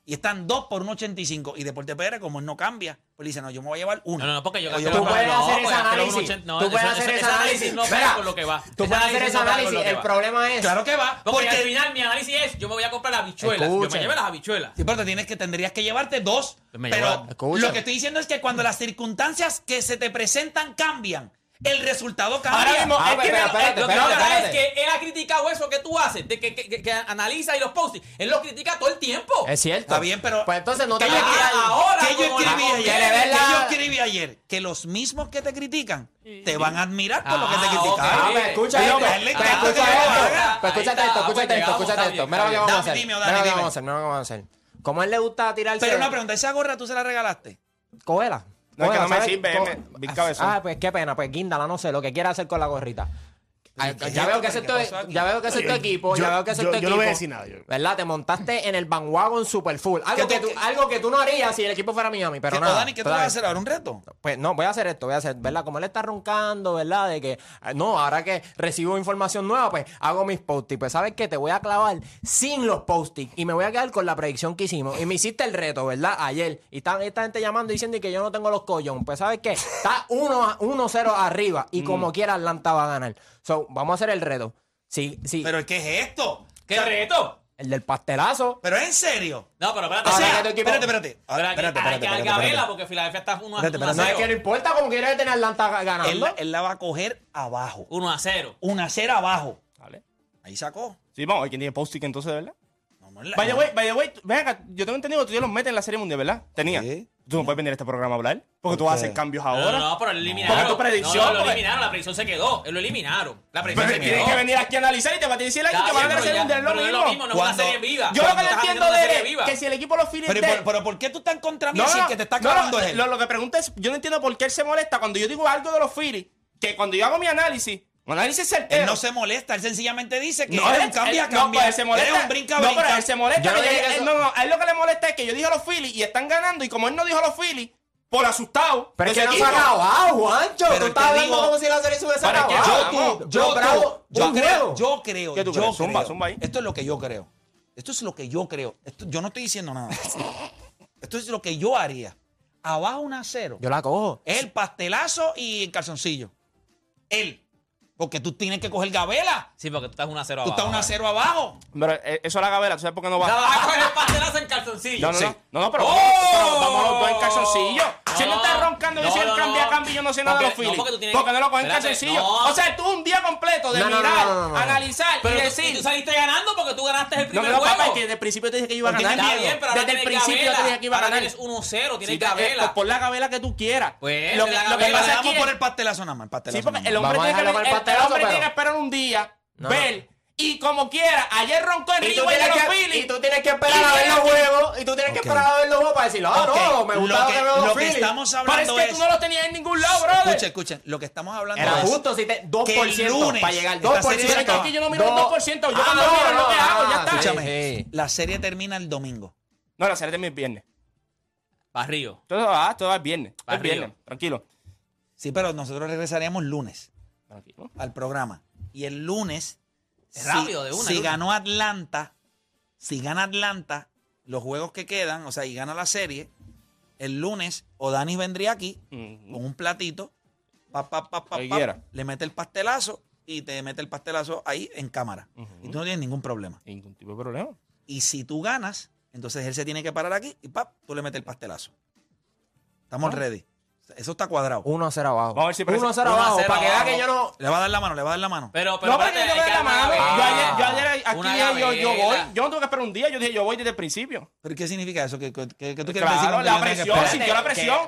S2: y están 2 por 1.85 y Deporte PR como él no cambia, pues le dice, "No, yo me voy a llevar uno."
S3: No, no, no, porque yo
S2: Oye,
S3: gasté
S10: Tú
S3: los-
S10: puedes
S3: no,
S10: hacer
S3: pues,
S10: ese
S3: gasté los
S10: análisis.
S3: 180. No,
S10: Tú puedes
S3: eso-
S10: hacer
S3: eso-
S10: ese
S3: ese análisis no
S10: análisis.
S3: paga
S10: Mira,
S3: con lo que va.
S10: Tú puedes hacer ese
S3: no paga con lo
S10: análisis.
S3: que
S10: El
S3: va.
S10: problema es.
S2: Claro que va,
S3: Porque al
S2: porque
S3: final mi análisis es, yo me voy a comprar las habichuelas. Yo me
S10: Escuchen.
S3: llevé las habichuelas.
S2: Sí, pero te tienes que, tendrías que llevarte dos.
S3: Pues me llevo
S2: pero
S3: la-
S10: Escucha.
S2: lo que estoy diciendo es que cuando las circunstancias que se te presentan cambian, el resultado cambia.
S8: Ahora mismo,
S10: Ah,
S8: él
S10: pero
S8: tiene-
S10: espérate,
S3: Lo que
S10: espérate,
S3: pasa es
S10: espérate.
S3: que él ha criticado eso que tú haces, de que, que- que- que analiza y los posts. Él lo critica todo el tiempo.
S10: Es cierto.
S2: Está bien, pero-
S10: Pues entonces no
S2: ¿Qué
S10: te
S2: yo,
S10: voy a
S3: Ah,
S10: tirar-
S3: ahora,
S2: qué yo
S3: como
S2: escribí
S3: la-
S2: ayer?
S10: quiere ver
S2: ¿Qué
S10: la-
S2: yo escribí ayer? Que los mismos que te critican te van a admirar por lo que te
S3: Ah,
S2: criticaron.
S10: Ah,
S3: ok.
S10: pues escucha
S2: Pero
S10: esto.
S2: a él le
S10: Pues
S2: encanta
S10: escucha
S2: que lo
S10: esto.
S2: haga.
S10: Pues escucha
S3: Ahí
S10: esto,
S3: está,
S10: escúchate
S3: pues
S10: esto,
S3: llegamos,
S10: escúchate
S3: está
S10: esto.
S3: bien,
S10: Mira lo que
S3: está
S10: vamos a hacer.
S2: bien. Dame, dime,
S10: Mira
S2: dame,
S10: lo que
S2: dime.
S10: vamos a hacer, mira lo que vamos a hacer. Como a él le gusta tirarse.
S8: Ah,
S2: Pero una pregunta, ¿esa gorra tú se la regalaste?
S10: Cógela.
S8: No, es que
S10: Cógela,
S8: no me
S10: ¿sabes?
S8: sirve,
S10: Co-
S8: me- bien cabezón.
S10: Ah, pues qué pena, pues guíndala, no sé, lo que quiera hacer con la gorrita. Ay,
S2: ¿Qué-
S10: Ya
S2: qué-
S10: veo que ese
S2: qué
S10: es tu,
S2: pasó aquí?
S10: ya veo que ese es tu equipo,
S4: yo-
S10: ya veo que ese es
S4: yo-
S10: tu equipo.
S4: yo no voy a decir nada, yo-
S10: ¿Verdad? Te montaste en el bandwagon super full. Algo
S2: ¿Qué
S10: que,
S2: tú-
S10: tú, algo que tú no harías si el equipo fuera Miami, pero
S2: ¿Qué-
S10: nada.
S2: o Dani, ¿qué tú
S10: todavía.
S2: vas a hacer ahora? ¿Un reto?
S10: Pues no, voy a hacer esto, voy a hacer, ¿verdad? Como él está roncando, ¿verdad? De que, ah, no, ahora que recibo información nueva, pues hago mis post Pues sabes que te voy a clavar sin los post y me voy a quedar con la predicción que hicimos. Y me hiciste el reto, ¿verdad? Ayer. Y están esta gente llamando diciendo que yo no tengo los collones. Pues sabes que está 1-0 arriba y como quiera Atlanta va a ganar. So, vamos a hacer el reto. Sí, sí,
S2: ¿Pero qué es esto?
S3: ¿Qué reto?
S10: el del pastelazo.
S2: ¿Pero en serio?
S3: No, pero espérate.
S2: O
S10: Ahora
S2: sea,
S10: que tu equipo-
S2: espérate, espérate. Espérate,
S3: Ahora, hay que
S2: espérate,
S3: dar
S2: espérate,
S3: gabela
S2: espérate.
S3: porque Filadelfia está 1 a
S2: Espérate, espérate.
S10: No es que no
S3: 0.
S10: importa, como quiera tener Atlanta
S2: Él,
S10: ganando.
S2: la- él la va a coger abajo.
S3: 1 a 0.
S2: Una cera abajo.
S8: Vale.
S2: Ahí sacó.
S8: Sí, vamos, hay quien tiene post entonces, ¿verdad?
S2: No, no es la-
S8: Vaya, güey, vaya, güey, ven acá, yo tengo entendido que tú ya los metes en la serie mundial, ¿verdad? Tenía.
S2: Sí.
S8: Tú no puedes venir a este programa a hablar, porque tú vas a hacer cambios
S3: No,
S8: ahora.
S3: no, pues, no, pero lo eliminaron.
S8: Porque tu predicción,
S3: No, no, lo
S8: porque-
S3: eliminaron, la predicción se quedó. Él lo eliminaron. La predicción
S8: Pero
S3: se quedó.
S8: tienes que venir aquí a analizar y te va a decir algo y
S3: Está
S8: te van a
S3: bien,
S8: dar la
S3: pero
S8: serie
S3: ya-
S8: mundial,
S3: pero
S8: lo mismo.
S3: no es una
S2: Cuando-
S3: serie viva.
S8: Yo lo que
S3: Cuando
S8: no
S3: estás
S8: entiendo
S3: haciendo una
S8: de
S3: serie
S8: él
S3: viva.
S8: es que si el equipo los Phillies
S2: Pero,
S8: de-
S2: pero, pero ¿por qué tú estás contra mí
S8: No,
S2: si
S8: no,
S2: el que te está
S8: no,
S2: acabando
S8: no,
S2: es él?
S8: Lo, lo que pregunto es, yo no entiendo por qué él se molesta cuando yo digo algo de los Phillies, que cuando yo hago mi análisis, un análisis certero.
S2: Él no se molesta, él sencillamente dice que
S8: No,
S2: eres
S8: él-
S2: un cambia,
S8: él- no,
S2: cambia.
S8: pues él se molesta.
S2: Eres un brinca,
S8: no,
S2: brinca.
S8: pero él se molesta.
S10: Yo no
S8: que yo-
S10: dije
S8: él-
S10: eso.
S8: no, no, a él lo que le molesta es que yo dije a los Phillies y están ganando. Y como él no dijo a los Phillies, por asustado.
S10: Pero es
S8: de
S10: que
S8: su
S10: no se ha
S8: equipo.
S10: acabado, Juancho.
S2: Pero
S10: tú
S2: te
S10: estás hablando
S2: digo-
S10: como si la serie se hubiese
S8: Pero es que
S10: acabado.
S8: yo-
S2: yo, tú,
S10: Vamos,
S2: yo,
S10: bravo,
S2: tú, yo
S10: un
S2: creo,
S10: juego.
S2: yo creo,
S8: ¿Qué tú
S2: yo
S8: crees? Zumba,
S2: creo.
S8: zumba ahí.
S2: Esto es lo que yo creo. Esto es lo que yo creo. Esto- yo no estoy diciendo nada. Esto es lo que yo haría. Abajo un a cero.
S10: Yo la cojo.
S2: Es el pastelazo y el calzoncillo. Él. Porque tú tienes que coger gabela.
S3: Sí, porque tú estás 1 a 0
S2: Tú estás un
S8: Ah.
S2: a cero abajo.
S8: Pero eh, eso es la gavela, ¿tú sabes por qué no va?
S3: La vas a coger el pastelazo en calzoncillo.
S8: No, no,
S2: Sí.
S8: no, no, no, pero,
S3: ¡Oh!
S8: vamos, pero vamos los dos en calzoncillo. Si él
S3: No.
S8: no está roncando, yo
S3: No,
S8: soy el
S3: no,
S8: cambia,
S3: no.
S8: cambia, yo no sé nada de los
S3: Porque-
S8: Phillies.
S3: no,
S8: porque,
S3: porque tú tienes-
S8: no lo cogen en
S3: Espérate,
S8: calzoncillo.
S3: no.
S8: O sea, tú un día completo de
S10: No, no, no,
S8: mirar,
S10: no, no, no, no.
S8: analizar
S3: Pero
S8: y
S3: tú-
S8: decir.
S3: tú saliste ganando porque tú ganaste el
S8: No,
S3: primer
S8: no, no,
S3: juego.
S8: papá, es que desde el principio te dije que yo iba a
S2: Porque
S8: ganar.
S2: tienes
S3: Está bien, pero ahora
S8: desde el
S3: tienes
S8: principio
S3: gavela.
S8: te dije que iba a
S3: Ahora
S8: ganar.
S3: tienes 1-0,
S8: Sí,
S3: tienes
S8: te- eh,
S3: gavela.
S8: por la gavela que tú quieras.
S3: Pues,
S8: lo
S3: de
S8: que,
S3: la
S8: lo que
S3: gavela.
S8: pasa
S3: Pero
S8: es
S2: Vamos
S8: que
S2: por el pastelazo nada más. el pastelazo
S8: Sí, porque
S2: nada más.
S8: el hombre,
S10: Vamos a
S8: tiene
S10: dejarlo
S8: que, ver-
S10: para el
S8: el
S10: pastelazo,
S8: hombre tiene
S10: pero-
S8: que esperar un día,
S10: No,
S8: ver Y como quiera, ayer roncó en
S10: Y tú,
S8: Río y
S10: tienes
S8: los
S10: que,
S8: Phillies.
S10: y tú tienes que esperar
S8: Y
S10: a ver
S8: tienes
S10: los
S8: que-
S10: juegos. Y tú tienes
S2: Ok.
S10: que esperar a ver los juegos para decir, ah,
S2: Ok,
S10: no, me gustaba
S2: lo
S10: que,
S2: que,
S10: veo los
S2: lo que
S10: Phillies.
S2: estamos
S8: Parece
S2: hablando
S8: que
S2: es...
S8: tú no lo tenías en ningún lado, brother.
S2: Escuchen, escuchen. Lo que estamos hablando
S10: Era
S2: es...
S10: justo, si te, 2%
S2: Que el lunes
S10: para llegar.
S2: esta serie se
S10: para
S2: acaba.
S8: Es que yo no miro los 2%, yo cuando miro lo que hago, ya está.
S2: Escúchame,
S10: Sí, sí.
S2: la serie termina el domingo.
S8: No, la serie termina el viernes.
S3: Barrio.
S8: Todo va, todo va el viernes. todo el
S3: Barrio.
S8: viernes, tranquilo.
S2: Sí, pero nosotros regresaríamos lunes
S8: Tranquilo.
S2: al programa. Y el lunes,
S3: Es rápido, de una,
S2: si
S3: lunes.
S2: ganó Atlanta, si gana Atlanta, los juegos que quedan, o sea, y gana la serie, el lunes o Danis vendría aquí
S8: Mm,
S2: con un platito, pa, pa, pa, pa,
S8: Lo que
S2: pa,
S8: quiera.
S2: le mete el pastelazo y te mete el pastelazo ahí en cámara. Y tú no tienes ningún problema.
S8: Ningún tipo de problema.
S2: Y si tú ganas, entonces él se tiene que parar aquí y pap, tú le metes el pastelazo. Estamos
S8: Ah.
S2: ready. Eso está cuadrado.
S10: 1-0 abajo.
S8: Vamos a ver si parece-
S10: 1-0 abajo.
S3: 1-0
S10: Para que vea
S3: abajo.
S10: que yo no.
S2: Le va a dar la mano, le va a dar la mano.
S3: Pero, pero
S8: No, porque
S3: espérate,
S8: yo
S3: hay
S8: me
S3: que
S8: la
S3: dar
S8: mano.
S3: una
S8: Yo ayer, yo
S3: gaveta.
S8: ayer aquí
S3: Una
S8: dije, yo, yo voy.
S3: gaveta.
S8: Yo no tengo que esperar un día, yo dije, yo voy desde el principio.
S2: ¿Pero qué significa eso? ¿Qué, qué, qué- qué tú quieres decir
S8: Claro,
S2: con que
S8: la
S2: yo tenga que
S8: presión,
S2: esperar?
S8: sintió la presión.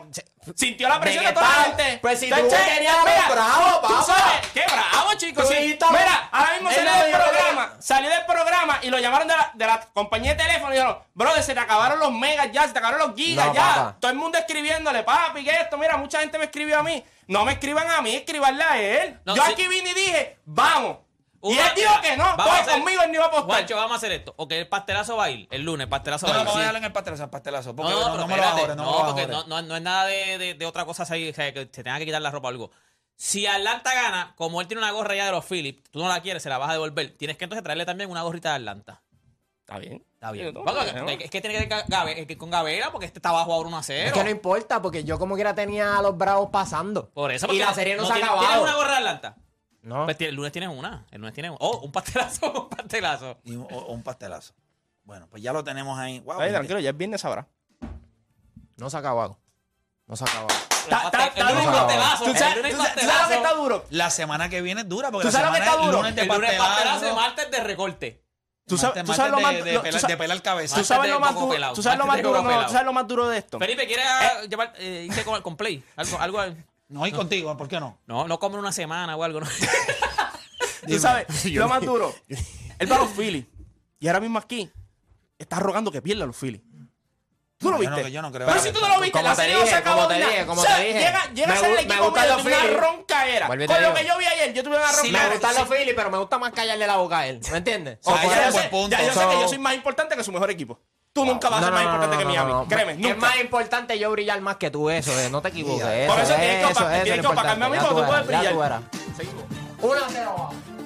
S8: Sintió la presión
S10: ¿De
S8: de
S10: qué
S8: toda la
S10: tal?
S8: gente.
S10: Pues si
S8: Che,
S10: tú
S8: che,
S10: querías
S8: mira,
S10: algo bravo,
S8: tú
S10: papá.
S8: sabes, Qué bravo, chicos.
S10: Tú
S8: sí.
S10: dijiste-
S8: Mira, ahora mismo
S10: Él
S8: salió
S10: no
S8: del
S10: dijo
S8: programa. Salió del programa y lo llamaron de la, de la compañía de teléfono y dijeron, brother, se te acabaron los megas ya, se te acabaron los gigas
S10: No,
S8: ya.
S10: papá.
S8: Todo el mundo escribiéndole, papi, que esto, mira, mucha gente me escribió a mí. No me escriban a mí, escribanle a él.
S3: No,
S8: Yo
S3: sí.
S8: aquí vine y dije, vamos. y
S3: Una-
S8: él dijo que no,
S3: Vamos
S8: todo
S3: a hacer-
S8: conmigo él no iba a apostar.
S3: Guacho, vamos a hacer esto. Ok, el pastelazo va a ir. El lunes, el pastelazo
S2: No, no,
S3: va a ir.
S2: vamos a
S3: sí.
S2: dejarlo en el pastelazo, en el pastelazo. Porque
S3: no,
S2: no,
S3: no,
S2: no,
S3: pero
S2: me lo
S3: espérate.
S2: ahorres, no, me lo
S3: No, porque
S2: ahorres.
S3: no, no, no es nada de, de- de otra cosa así, o sea, que te tenga que quitar la ropa o algo. Si Atlanta gana, como él tiene una gorra ya de los Phillips, tú no la quieres, se la vas a devolver. Tienes que entonces traerle también una gorrita de Atlanta.
S8: Está bien.
S3: Está bien.
S8: Sí, no,
S3: Bueno,
S8: no, no.
S3: es que tiene que ir ga- gabe- es que con Gavera, porque este está abajo ahora 1 a 0.
S10: Es que no importa, porque yo como quiera tenía a los bravos pasando.
S3: Por eso,
S10: Y
S3: porque
S10: la serie no, se ha
S3: tiene-
S10: acabado.
S3: ¿Tienes una gorra de Atlanta?
S10: No.
S3: Pues tiene- el lunes tienes una. El lunes tienes una. Oh, un pastelazo, un pastelazo.
S2: Y un- o- o un pastelazo. Bueno, pues ya lo tenemos ahí. Wow,
S8: Ay,
S2: gente.
S8: tranquilo, ya es viernes ahora.
S10: No se ha acabado. No se ha acabado.
S8: Está- está-
S3: El
S8: está
S3: lunes
S8: duro.
S3: pastelazo,
S8: Tú
S3: el
S8: sabes-
S3: lunes
S8: tú sabes- tú sabes
S3: pastelazo.
S8: que está duro.
S2: La semana que viene es dura porque la
S8: ¿Tú sabes lo que
S2: semana
S8: está
S2: es
S8: duro?
S2: lunes de
S3: El lunes pastelazo y
S2: pastelazo.
S3: martes de recorte.
S8: Tú sabes,
S2: martes,
S8: tú sabes lo más
S2: martes de-
S8: lo-
S2: de
S8: tú sabes-
S2: pelar- de pelar cabeza.
S8: Tú sabes
S3: Martes
S8: lo
S3: de
S8: más
S3: coco
S8: duro.
S3: pelado,
S8: Tú sabes lo más
S3: martes de
S8: duro,
S3: coco
S8: no,
S3: pelado.
S8: tú sabes lo más duro de esto.
S3: Felipe, ¿quieres llevar, eh, irte con, con Play? ¿Algo, algo, al-
S2: No, y contigo, ¿por qué no?
S3: no, no comen una semana o algo. ¿no?
S8: Tú sabes lo más duro. Él va a los Phillies y ahora mismo aquí está rogando que pierda a los Phillies. ¿Tú lo
S2: Yo no-
S8: viste?
S2: yo no creo.
S8: Pero si tú no lo viste,
S10: Como
S8: la
S10: te
S8: serie no
S10: dije,
S8: se acabó
S10: como te
S8: nada.
S10: dije, como
S8: O sea,
S10: te dije.
S8: Llega, llega a
S10: Me
S8: ser
S10: gu-
S8: el
S10: me
S8: equipo
S10: gustan
S8: medio
S10: los
S8: de una
S10: Phillies.
S8: ronca era. Con
S10: Vuelve y te
S8: lo
S10: digo.
S8: que yo vi ayer, yo tuve una
S2: Sí,
S8: ronca
S10: Me
S2: Claro,
S10: gustan los Phillies, pero me gusta más callarle la boca a él. ¿Me entiendes?
S2: O
S8: O sea,
S2: fuera
S8: ya
S2: de
S8: yo
S2: buen
S8: sé-
S2: punto.
S8: Ya yo sé
S10: So-
S8: que yo soy más importante que su mejor equipo. Tú nunca vas a
S10: No,
S8: ser
S10: no,
S8: más
S10: no,
S8: importante
S10: no,
S8: que
S10: no,
S8: Miami.
S10: no.
S8: Créeme, nunca.
S10: Es más importante yo brillar más que tú, eso, eh, no te equivoques.
S8: Por eso
S10: eso,
S8: tienes que
S10: eso,
S8: opa-
S10: eso es
S8: tienes que
S10: lo importante,
S8: opacarme a mí
S10: ya
S8: cuando
S10: tú
S8: tú puedes
S10: verás, ya tú
S8: brillar.
S10: verás. Uno a cero abajo.